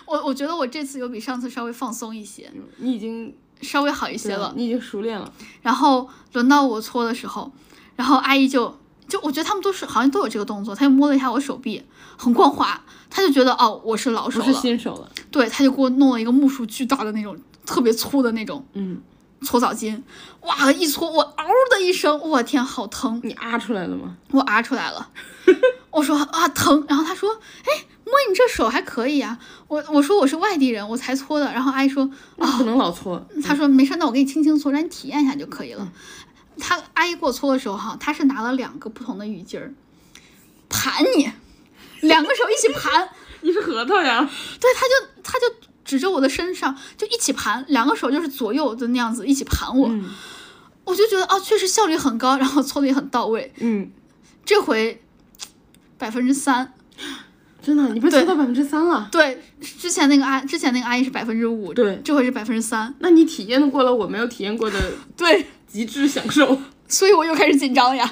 Speaker 1: 我我觉得我这次有比上次稍微放松一些，
Speaker 2: 你已经
Speaker 1: 稍微好一些了。
Speaker 2: 你已经熟练了。
Speaker 1: 然后轮到我搓的时候，然后阿姨就就我觉得他们都是好像都有这个动作，她就摸了一下我手臂，很光滑，她就觉得哦我是老手
Speaker 2: 不是
Speaker 1: 了，
Speaker 2: 新手了，
Speaker 1: 对，她就给我弄了一个目数巨大的那种特别粗的那种
Speaker 2: 嗯，
Speaker 1: 搓澡巾，哇一搓我嗷的一声，我天好疼，
Speaker 2: 你啊出来了吗？
Speaker 1: 我啊出来 了，我说啊疼，然后她说哎摸你这手还可以啊，我我说我是外地人我才搓的，然后阿姨说
Speaker 2: 那不能老搓，
Speaker 1: 他说没事，那我给你轻轻搓，让你体验一下就可以了。
Speaker 2: 嗯
Speaker 1: 他阿姨给我搓的时候哈，他是拿了两个不同的浴巾儿盘你，两个手一起盘，
Speaker 2: 你是核桃呀，
Speaker 1: 对，他就他就指着我的身上就一起盘，两个手就是左右的那样子一起盘我，
Speaker 2: 嗯
Speaker 1: 我就觉得哦，确实效率很高，然后搓的也很到位，
Speaker 2: 嗯，
Speaker 1: 这回百分之三。
Speaker 2: 真的，你被
Speaker 1: 对
Speaker 2: 搓到百分之三了，
Speaker 1: 对，之前那个阿之前那个阿姨是百分之五，
Speaker 2: 对
Speaker 1: 这回是百分之三，
Speaker 2: 那你体验过了我没有体验过的
Speaker 1: 对，
Speaker 2: 极致享 受
Speaker 1: 所以我又开始紧张呀，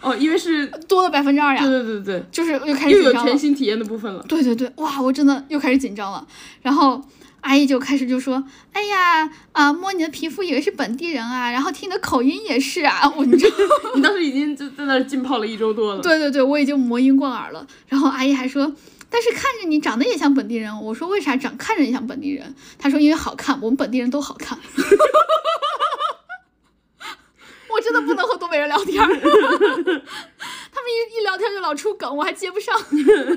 Speaker 2: 哦，因为是，对
Speaker 1: 多了百分之二呀，
Speaker 2: 对对对
Speaker 1: 就是又开
Speaker 2: 对，
Speaker 1: 始紧
Speaker 2: 又有
Speaker 1: 张了
Speaker 2: 全。新体验的部分 了，
Speaker 1: 对对对，哇，我真的又开始紧张了。然后阿姨就开始就说：“哎呀，啊、摸你的皮肤以为是本地人啊，然后听你的口音也是啊。”我你知道，
Speaker 2: 你当时已经就在那儿浸泡了一周多了，
Speaker 1: 对对对，我已经魔音贯耳了。然后阿姨还说。但是看着你长得也像本地人，我说为啥长看着也像本地人？她说因为好看，我们本地人都好看。 我真的不能和东北人聊天儿，他们 一一聊天就老出梗，我还接不上。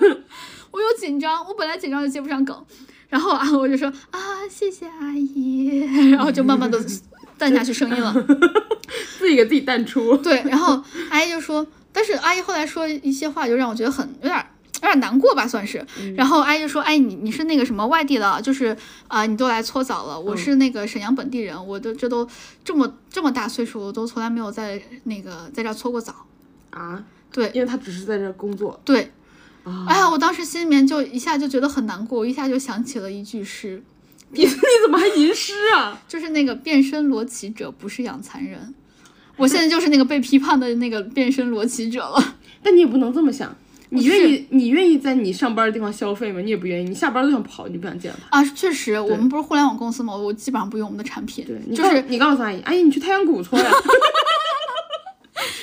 Speaker 1: 我又紧张，我本来紧张就接不上梗，然后啊，我就说啊，谢谢阿姨， 然后就慢 慢的淡下去声音了。
Speaker 2: 自己给自己淡出，
Speaker 1: 对，然后阿姨就说，但是阿姨后来说一些话，就让我觉得很有点儿。有点儿难过吧，算是。然后阿姨就说：“哎，你你是那个什么外地的啊，就是啊、你都来搓澡了。我是那个沈阳本地人，我都这都这么这么大岁数，我都从来没有在那个在这儿搓过澡。
Speaker 2: 啊，
Speaker 1: 对
Speaker 2: 因为他只是在这儿工作
Speaker 1: 对，
Speaker 2: 啊，
Speaker 1: 哎呀，我当时心里面就一下就觉得很难过，我一下就想起了一句诗，
Speaker 2: 你你怎么还吟诗啊？
Speaker 1: 就是那个变身裸体者不是养蚕人。我现在就是那个被批判的那个变身裸体者了。
Speaker 2: 但你也不能这么想，你
Speaker 1: 是
Speaker 2: 愿意你愿意在你上班的地方消费吗？你也不愿意，你下班都想跑，你不想见到他。
Speaker 1: 啊，确实，我们不是互联网公司嘛，我基本上不用我们的产品。
Speaker 2: 对，你
Speaker 1: 就
Speaker 2: 告
Speaker 1: 是，
Speaker 2: 你告诉阿姨，阿姨你去太阳 谷搓呀。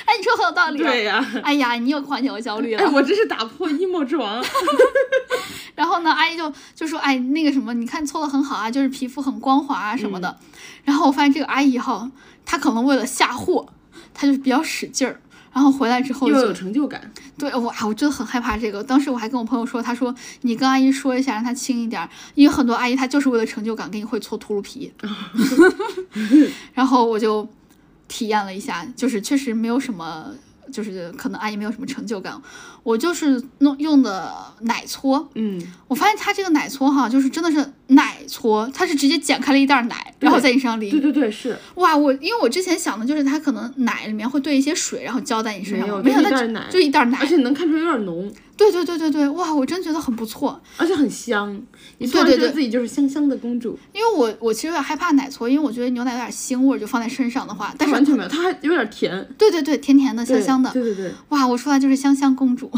Speaker 1: 哎，你说很有道理、啊。
Speaker 2: 对呀、
Speaker 1: 哎呀，你又缓解我焦虑
Speaker 2: 哎，
Speaker 1: 了。
Speaker 2: 我真是打破 emo 之 王。啊
Speaker 1: 然后呢，阿姨就就说，哎，那个什么，你看搓的很好啊，就是皮肤很光滑啊什么的。
Speaker 2: 嗯
Speaker 1: 然后我发现这个阿姨哈，她可能为了吓唬，她就比较使劲儿。然后回来之后
Speaker 2: 又
Speaker 1: 就
Speaker 2: 有成就感，
Speaker 1: 对我啊，我真的很害怕这个。当时我还跟我朋友说，他说你跟阿姨说一下，让她轻一点儿，因为很多阿姨她就是为了成就感给你会搓秃噜皮。 然后我就体验了一下，就是确实没有什么，就是可能阿姨没有什么成就感。我就是弄用的奶搓，
Speaker 2: 嗯，
Speaker 1: 我发现它这个奶搓哈，就是真的是奶搓，它是直接剪开了一袋儿奶，然后在你身上
Speaker 2: 对
Speaker 1: 淋。
Speaker 2: 对对，是
Speaker 1: 哇，我因为我之前想的就是它可能奶里面会兑一些水，然后浇在你身
Speaker 2: 没有
Speaker 1: 上，没想到
Speaker 2: 就一袋
Speaker 1: 就
Speaker 2: 奶
Speaker 1: 就一袋儿奶
Speaker 2: 而。且能看出来有点浓，
Speaker 1: 对对对对对，哇，我真觉得很不错，
Speaker 2: 而且很香。你突
Speaker 1: 对
Speaker 2: 然
Speaker 1: 对
Speaker 2: 觉得
Speaker 1: 对
Speaker 2: 自己就是香香的公主，
Speaker 1: 因为我我其实有点害怕奶搓，因为我觉得牛奶有点腥味儿，就放在身上的话，但
Speaker 2: 它
Speaker 1: 是
Speaker 2: 完全没有，它还有点甜，
Speaker 1: 对对对，甜甜的，香
Speaker 2: 对
Speaker 1: 香的，
Speaker 2: 对对 对，
Speaker 1: 哇，我出来就是香香公主。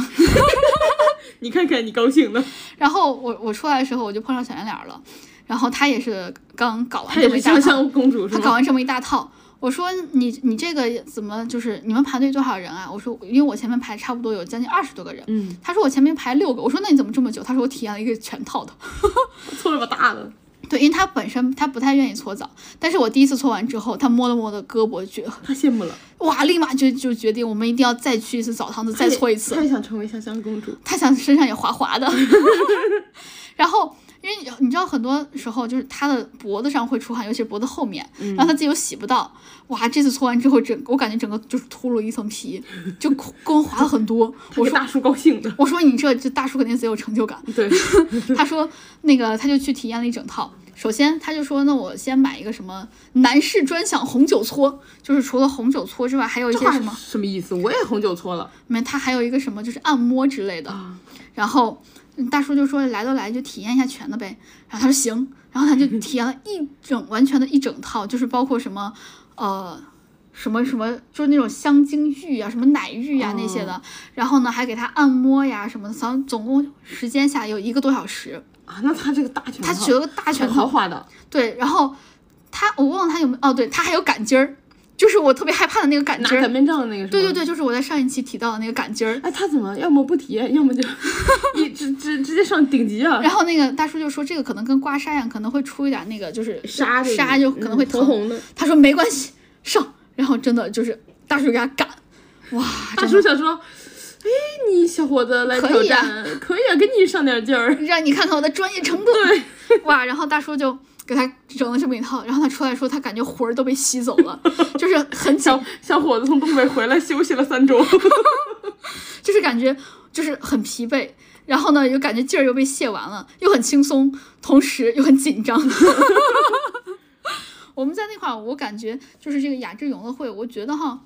Speaker 2: 你看看你高兴的，
Speaker 1: 然后我我出来的时候我就碰上小圆脸儿了，然后她也是刚搞完
Speaker 2: 它
Speaker 1: 这
Speaker 2: 也
Speaker 1: 么
Speaker 2: 是
Speaker 1: 一大
Speaker 2: 香
Speaker 1: 套，
Speaker 2: 香公主是
Speaker 1: 她搞
Speaker 2: 吗？
Speaker 1: 完这么一大套。我说你你这个怎么就是你们排队多少人啊？我说因为我前面排差不多有将近二十多个人，
Speaker 2: 嗯，
Speaker 1: 她说我前面排六个，我说那你怎么这么久？她说我体验了一个全套的，
Speaker 2: 搓了把大的，
Speaker 1: 对，因为她本身她不太愿意搓澡，但是我第一次搓完之后，她摸了摸我的胳膊，觉得
Speaker 2: 太羡慕了。
Speaker 1: 哇，立马就就决定我们一定要再去一次澡堂子，再搓一次。
Speaker 2: 太想成为香香公主。
Speaker 1: 他想身上也滑滑的， 然后因为你知道很多时候就是他的脖子上会出汗，尤其是脖子后面，然后他自己又洗不到，哇，这次搓完之后整我感觉整个就是秃噜一层皮，就跟我滑了很多。
Speaker 2: 我
Speaker 1: 我
Speaker 2: 是
Speaker 1: 说
Speaker 2: 大叔高兴的，
Speaker 1: 我说你这这大叔肯定贼有成就感，
Speaker 2: 对，
Speaker 1: 他说那个他就去体验了一整套。首先，他就说，那我先买一个什么男士专享红酒搓，就是除了红酒搓之外，还有一
Speaker 2: 这
Speaker 1: 些
Speaker 2: 话
Speaker 1: 什么，
Speaker 2: 什么意思？我也红酒搓了，
Speaker 1: 没，他还有一个什么就是按摩之类的。
Speaker 2: 啊
Speaker 1: 然后嗯大叔就说来都来就体验一下全的呗。然后他说行，然后他就体验了一整完全的一整套，就是包括什么呃什么什么，就是那种香精浴啊、什么奶浴啊那些的。然后呢，还给他按摩呀什么的，总总共时间下来有一个多小时，
Speaker 2: 啊，那他这个大全套，
Speaker 1: 他学了个大全
Speaker 2: 挺豪
Speaker 1: 套。
Speaker 2: 华的，
Speaker 1: 对，然后他我忘了他有没有哦，对他还有赶筋儿，就是我特别害怕的那个赶
Speaker 2: 拿
Speaker 1: 筋儿。
Speaker 2: 擀面杖的那个是吗？
Speaker 1: 对对对，就是我在上一期提到的那个赶筋儿。
Speaker 2: 哎，他怎么要么不体验，要么就 一直直直接上顶级啊？
Speaker 1: 然后那个大叔就说，这个可能跟刮痧一样，可能会出一点那个就是
Speaker 2: 杀这个
Speaker 1: 痧就可能会
Speaker 2: 嗯
Speaker 1: 疼。
Speaker 2: 红红的。
Speaker 1: 他说没关系，上。然后真的就是大叔给他赶，哇，
Speaker 2: 大叔想说，哎，你小伙子来
Speaker 1: 啊可
Speaker 2: 挑
Speaker 1: 以啊
Speaker 2: 战，可以啊，给你上点劲儿。
Speaker 1: 让你看看我的专业程度。哇，然后大叔就给他整了这么一套，然后他出来说他感觉魂儿都被吸走了，就是很紧
Speaker 2: 小，小伙子从东北回来休息了三周，
Speaker 1: 就是感觉就是很疲惫。然后呢，又感觉劲儿又被泄完了，又很轻松，同时又很紧张。 我们在那块儿，我感觉就是这个雅致永乐会，我觉得哈，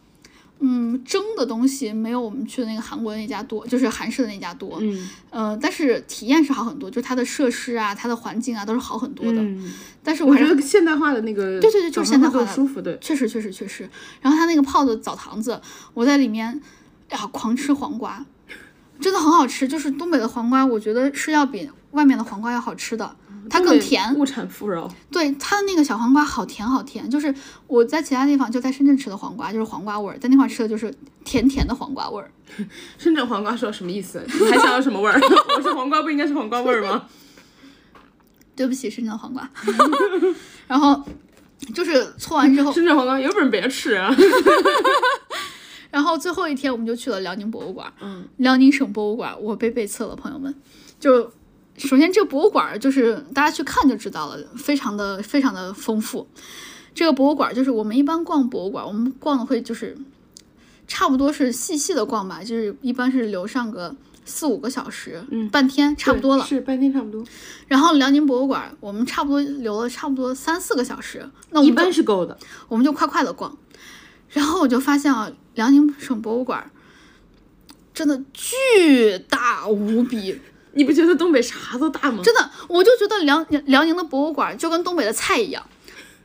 Speaker 1: 嗯，蒸的东西没有我们去的那个韩国那家多，就是韩式的那家多。
Speaker 2: 嗯，
Speaker 1: 呃，但是体验是好很多，就是它的设施啊、它的环境啊都是好很多的。
Speaker 2: 嗯，
Speaker 1: 但是我
Speaker 2: 我
Speaker 1: 还
Speaker 2: 觉
Speaker 1: 是
Speaker 2: 得现代化的那个，
Speaker 1: 对对对就是现代化的
Speaker 2: 舒服，对，
Speaker 1: 确实确实确实。然后它那个泡的澡堂子，我在里面哎呀狂吃黄瓜，真的很好吃。就是东北的黄瓜，我觉得是要比外面的黄瓜要好吃的，它
Speaker 2: 东
Speaker 1: 更
Speaker 2: 北
Speaker 1: 甜。
Speaker 2: 物产富饶，
Speaker 1: 对它的那个小黄瓜好甜好甜，就是我在其他地方就在深圳吃的黄瓜就是黄瓜味儿，在那块儿吃的就是甜甜的黄瓜味儿。
Speaker 2: 深圳黄瓜说什么意思？你还想要什么味儿？ 我是黄瓜，不应该是黄瓜味儿吗？
Speaker 1: 对不起，深圳的黄瓜。 然后就是搓完之后，
Speaker 2: 深圳黄瓜有本事别吃啊！
Speaker 1: 然后最后一天我们就去了辽宁博物馆，
Speaker 2: 嗯，
Speaker 1: 辽宁省博物馆，我被背刺了，朋友们。就首先这个博物馆儿就是大家去看就知道了，非常的非常的丰富。这个博物馆儿就是我们一般逛博物馆儿，我们逛的会就是差不多是细细的逛吧，就是一般是留上个四五个小时，
Speaker 2: 嗯
Speaker 1: 半天差不多了
Speaker 2: 对。是半天差不多，
Speaker 1: 然后辽宁博物馆儿我们差不多留了差不多三四个小时，那我
Speaker 2: 一
Speaker 1: 们就
Speaker 2: 般是够的。
Speaker 1: 我们就快快的逛。然后我就发现啊，辽宁省博物馆真的巨大无比，
Speaker 2: 你不觉得东北啥都大吗？
Speaker 1: 真的，我就觉得辽辽宁的博物馆就跟东北的菜一样，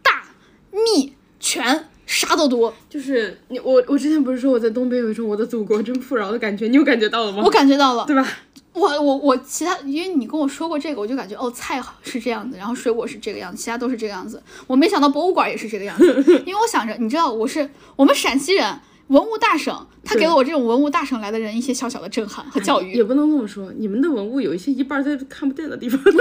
Speaker 1: 大、密、全，啥都多。
Speaker 2: 就是你我我之前不是说我在东北有一种我的祖国真富饶的感觉，你有感觉到了吗？
Speaker 1: 我感觉到了，
Speaker 2: 对吧？
Speaker 1: 我我我其他，因为你跟我说过这个，我就感觉哦，菜是这样子，然后水果是这个样子，其他都是这个样子。我没想到博物馆也是这个样子，因为我想着，你知道我是我们陕西人，文物大省，他给
Speaker 2: 对
Speaker 1: 了我这种文物大省来的人一些小小的震撼和教育。
Speaker 2: 也不能这么说，你们的文物有一些一半儿在看不见的地方，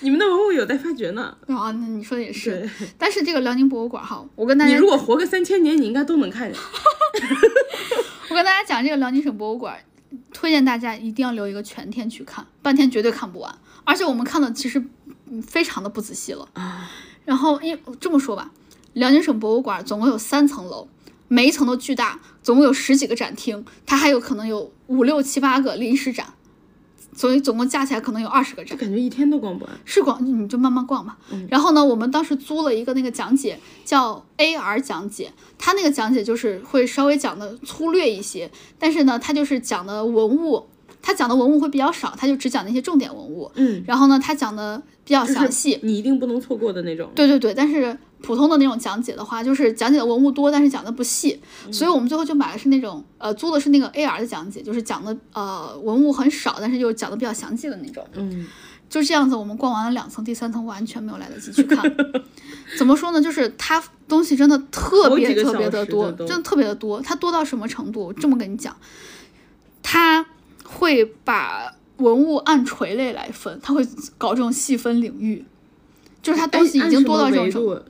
Speaker 2: 你们的文物有待发掘呢。
Speaker 1: 啊，那你说的也是
Speaker 2: 对，
Speaker 1: 但是这个辽宁博物馆哈，我跟大
Speaker 2: 你
Speaker 1: 家
Speaker 2: 如果活个三千年，你应该都能看见。
Speaker 1: 我跟大家讲，这个辽宁省博物馆，推荐大家一定要留一个全天去看，半天绝对看不完。而且我们看的其实嗯非常的不仔细了。然后，因这么说吧，辽宁省博物馆总共有三层楼，每一层都巨大，总共有十几个展厅，它还有可能有五六七八个临时展，所以总共加起来可能有二十个展
Speaker 2: 就。感觉一天都逛不完。
Speaker 1: 是逛，你就慢慢逛吧。然后呢，我们当时租了一个那个讲解，叫 AR 讲解，它那个讲解就是会稍微讲的粗略一些，但是呢，它就是讲的文物，它讲的文物会比较少，它就只讲那些重点文物。
Speaker 2: 嗯，
Speaker 1: 然后呢，它讲的比较详细。
Speaker 2: 你一定不能错过的那种。
Speaker 1: 对对对，但是普通的那种讲解的话，就是讲解的文物多，但是讲的不细，所以我们最后就买的是那种呃租的是那个 AR 的讲解，就是讲的呃文物很少，但是又讲的比较详细的那种。
Speaker 2: 嗯，
Speaker 1: 就这样子，我们逛完了两层，第三层完全没有来得及去看。 怎么说呢？就是它东西真的特
Speaker 2: 好
Speaker 1: 别
Speaker 2: 几个
Speaker 1: 特别的多，
Speaker 2: 小时的都
Speaker 1: 真的特别的多。它多到什么程度？我这么跟你讲，它会把文物按垂类来
Speaker 2: 哎
Speaker 1: 分，它会搞这种细分领域，就是它东西已经多到这种程度。
Speaker 2: 度。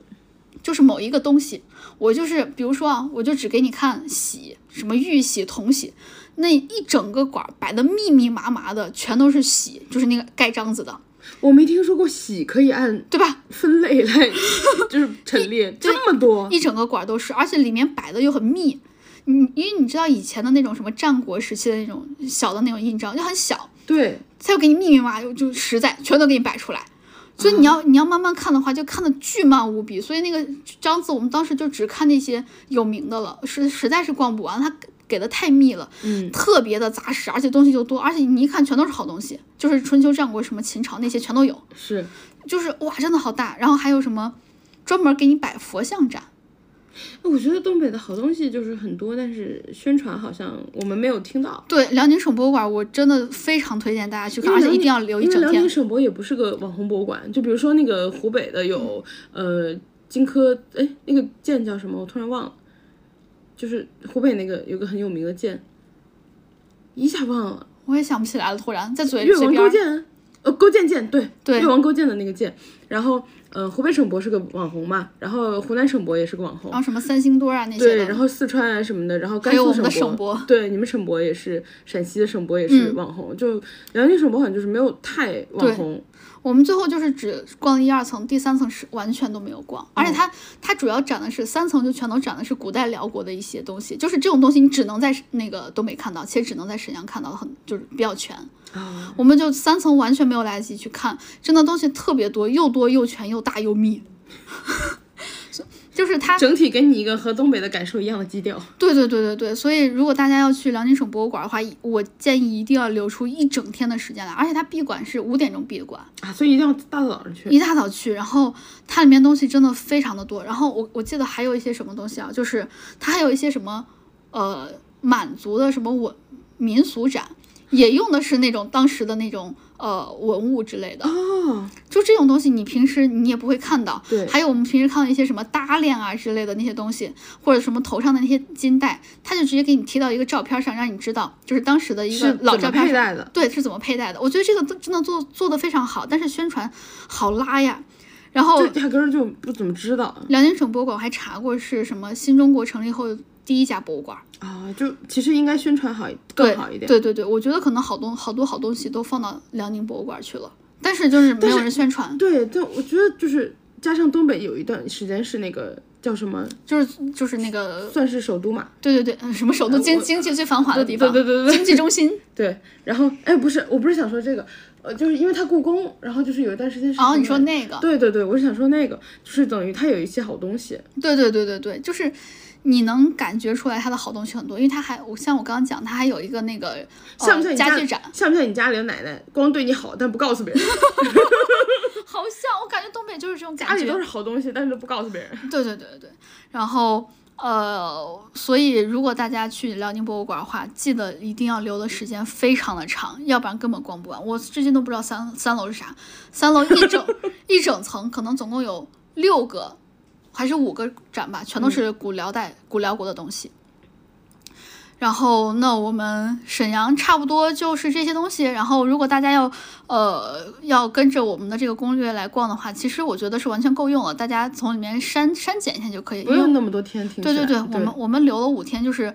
Speaker 1: 就是某一个东西，我就是比如说啊，我就只给你看喜什么玉玺、铜玺，那一整个馆儿摆的密密麻麻的，全都是喜，就是那个盖章子的，
Speaker 2: 我没听说过喜可以按
Speaker 1: 对吧？
Speaker 2: 分类 来，就是陈列这么多，
Speaker 1: 一整个馆儿都是，而且里面摆的又很密。你因为你知道以前的那种什么战国时期的那种小的那种印章就很小，
Speaker 2: 对，
Speaker 1: 它就给你密密麻麻，就就实在全都给你摆出来。所以你要、你要慢慢看的话，就看的巨慢无比。所以那个章子，我们当时就只看那些有名的了，实实在是逛不完，它给的太密了，
Speaker 2: 嗯，
Speaker 1: 特别的杂实，而且东西就多，而且你一看全都是好东西，就是春秋战国什么秦朝那些全都有，
Speaker 2: 是
Speaker 1: 就是哇真的好大。然后还有什么专门给你摆佛像展，
Speaker 2: 我觉得东北的好东西就是很多，但是宣传好像我们没有听到。
Speaker 1: 对，辽宁省博物馆我真的非常推荐大家去看，而且一定要留一
Speaker 2: 因为
Speaker 1: 整
Speaker 2: 辽
Speaker 1: 天
Speaker 2: 宁。省博也不是个网红博物馆，就比如说那个湖北的有、呃荆轲，哎，那个剑叫什么？我突然忘了，就是湖北那个有个很有名的剑，一下忘了，
Speaker 1: 我也想不起来了，突然在嘴
Speaker 2: 越
Speaker 1: 嘴
Speaker 2: 王
Speaker 1: 边
Speaker 2: 勾
Speaker 1: 儿。
Speaker 2: 践。呃，勾践剑，对
Speaker 1: 对
Speaker 2: 越王勾践的那个剑。然后，呃，湖北省博是个网红嘛，然后湖南省博也是个网红
Speaker 1: 然，后什么三星堆啊那些
Speaker 2: 对，
Speaker 1: 哦的，
Speaker 2: 然后四川啊什么的，然后甘
Speaker 1: 还有
Speaker 2: 肃
Speaker 1: 我们的省博，
Speaker 2: 博
Speaker 1: 嗯
Speaker 2: 对，你们省博也是，陕西的省博也是网红，就辽宁省博好像就是没有太网红，
Speaker 1: 我们最后就是只逛了一二层，第三层是完全都没有逛，
Speaker 2: 嗯
Speaker 1: 而且它它主要展的是三层就全都展的是古代辽国的一些东西，就是这种东西你只能在那个东北看到，且只能在沈阳看到的很就是比较全。
Speaker 2: 啊，
Speaker 1: 我们就三层完全没有来得及去看，真的东西特别多，又多又全又大又密， 就是它
Speaker 2: 整体给你一个和东北的感受一样的基调。
Speaker 1: 对对对对对，所以如果大家要去辽宁省博物馆的话，我建议一定要留出一整天的时间来，而且它闭馆是五点钟闭馆，
Speaker 2: 啊，所以一定要大早上去。
Speaker 1: 一大早去，然后它里面东西真的非常的多。然后我我记得还有一些什么东西啊，就是它还有一些什么呃满族的什么文民俗展，也用的是那种当时的那种呃文物之类的。
Speaker 2: 哦，
Speaker 1: 就这种东西，你平时你也不会看到。
Speaker 2: 对
Speaker 1: 还有我们平时看到一些什么搭链啊之类的那些东西，或者什么头上的那些金带，它就直接给你贴到一个照片上，让你知道就是当时的一
Speaker 2: 是
Speaker 1: 个老
Speaker 2: 怎
Speaker 1: 照
Speaker 2: 么
Speaker 1: 片
Speaker 2: 佩
Speaker 1: 上
Speaker 2: 戴的？
Speaker 1: 对，是怎么佩戴的？我觉得这个都真的做做的非常好，但是宣传好拉呀。然后
Speaker 2: 就压根儿就不怎么知道
Speaker 1: 辽宁省博物馆我还查过是什么新中国成立后第一家博物馆，
Speaker 2: 啊，就其实应该宣传好一
Speaker 1: 对
Speaker 2: 更好一点。
Speaker 1: 对对对，我觉得可能好东好多好东西都放到辽宁博物馆去了，但是就是没有人宣传，
Speaker 2: 对，但我觉得就是加上东北有一段时间是那个叫什么，
Speaker 1: 就是就是那个
Speaker 2: 算是首都嘛，
Speaker 1: 对对对，嗯什么首都经
Speaker 2: 哎我
Speaker 1: 经济最繁华的地方，
Speaker 2: 对对对对对
Speaker 1: 经济中心。
Speaker 2: 对，然后哎，不是，我不是想说这个，呃，就是因为它故宫，然后就是有一段时间是
Speaker 1: 哦然后你
Speaker 2: 什
Speaker 1: 说
Speaker 2: 么
Speaker 1: 那个，
Speaker 2: 对对对，我是想说那个，就是等于它有一些好东西，
Speaker 1: 对对对对对，就是你能感觉出来它的好东西很多，因为它还我像我刚刚讲，它还有一个那个、呃
Speaker 2: 像不像你
Speaker 1: 家
Speaker 2: 家
Speaker 1: 具 展，
Speaker 2: 像不像你家里的奶奶，光对你好，但不告 诉别人，
Speaker 1: 好像我感觉东北就是这种
Speaker 2: 家
Speaker 1: 感
Speaker 2: 里
Speaker 1: 觉
Speaker 2: 都。是好东西，但是都不告诉别人。
Speaker 1: 对对对对对，然后呃，所以如果大家去辽宁博物馆的话，记得一定要留的时间非常的长，要不然根本逛不完。我至今都不知道三三楼是啥，三楼一 整一整层可能总共有六个还是五个展吧，全都是
Speaker 2: 嗯
Speaker 1: 古辽代、古辽国的东西。然后，那我们沈阳差不多就是这些东西。然后，如果大家要呃要跟着我们的这个攻略来逛的话，其实我觉得是完全够用了，大家从里面删删减一下就可以。
Speaker 2: 不
Speaker 1: 因为
Speaker 2: 用那么多天听起
Speaker 1: 对
Speaker 2: 来。
Speaker 1: 对对，
Speaker 2: 对，
Speaker 1: 我们我们留了五天，就是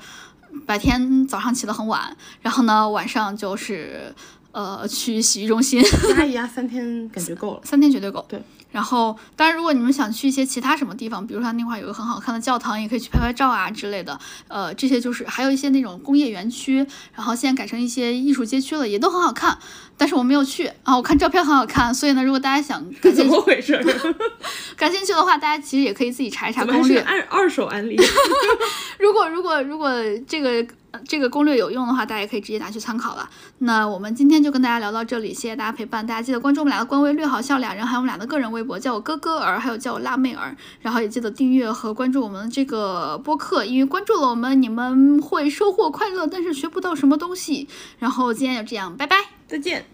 Speaker 1: 白天早上起得很晚，然后呢晚上就是呃去洗浴中心，
Speaker 2: 压一压三天感觉够了。
Speaker 1: 三天绝对够。
Speaker 2: 对。
Speaker 1: 然后，当然，如果你们想去一些其他什么地方，比如说那块有个很好看的教堂，也可以去拍拍照啊之类的。呃，这些就是还有一些那种工业园区，然后现在改成一些艺术街区了，也都很好看。但是我没有去啊，我看照片很好看，所以呢，如果大家想感
Speaker 2: 怎
Speaker 1: 兴
Speaker 2: 么回事儿？
Speaker 1: 感兴趣的话，大家其实也可以自己查一查
Speaker 2: 怎么还
Speaker 1: 攻
Speaker 2: 是
Speaker 1: 略。
Speaker 2: 二二手案例？
Speaker 1: 如果如果如果这个呃这个攻略有用的话，大家也可以直接拿去参考了。那我们今天就跟大家聊到这里，谢谢大家陪伴，大家记得关注我们俩的官微“略好笑俩人”，还有我们俩的个人微博，叫我哥哥儿，还有叫我辣妹儿。然后也记得订阅和关注我们这个播客，因为关注了我们，你们会收获快乐，但是学不到什么东西。然后今天就这样，拜拜。
Speaker 2: 再见。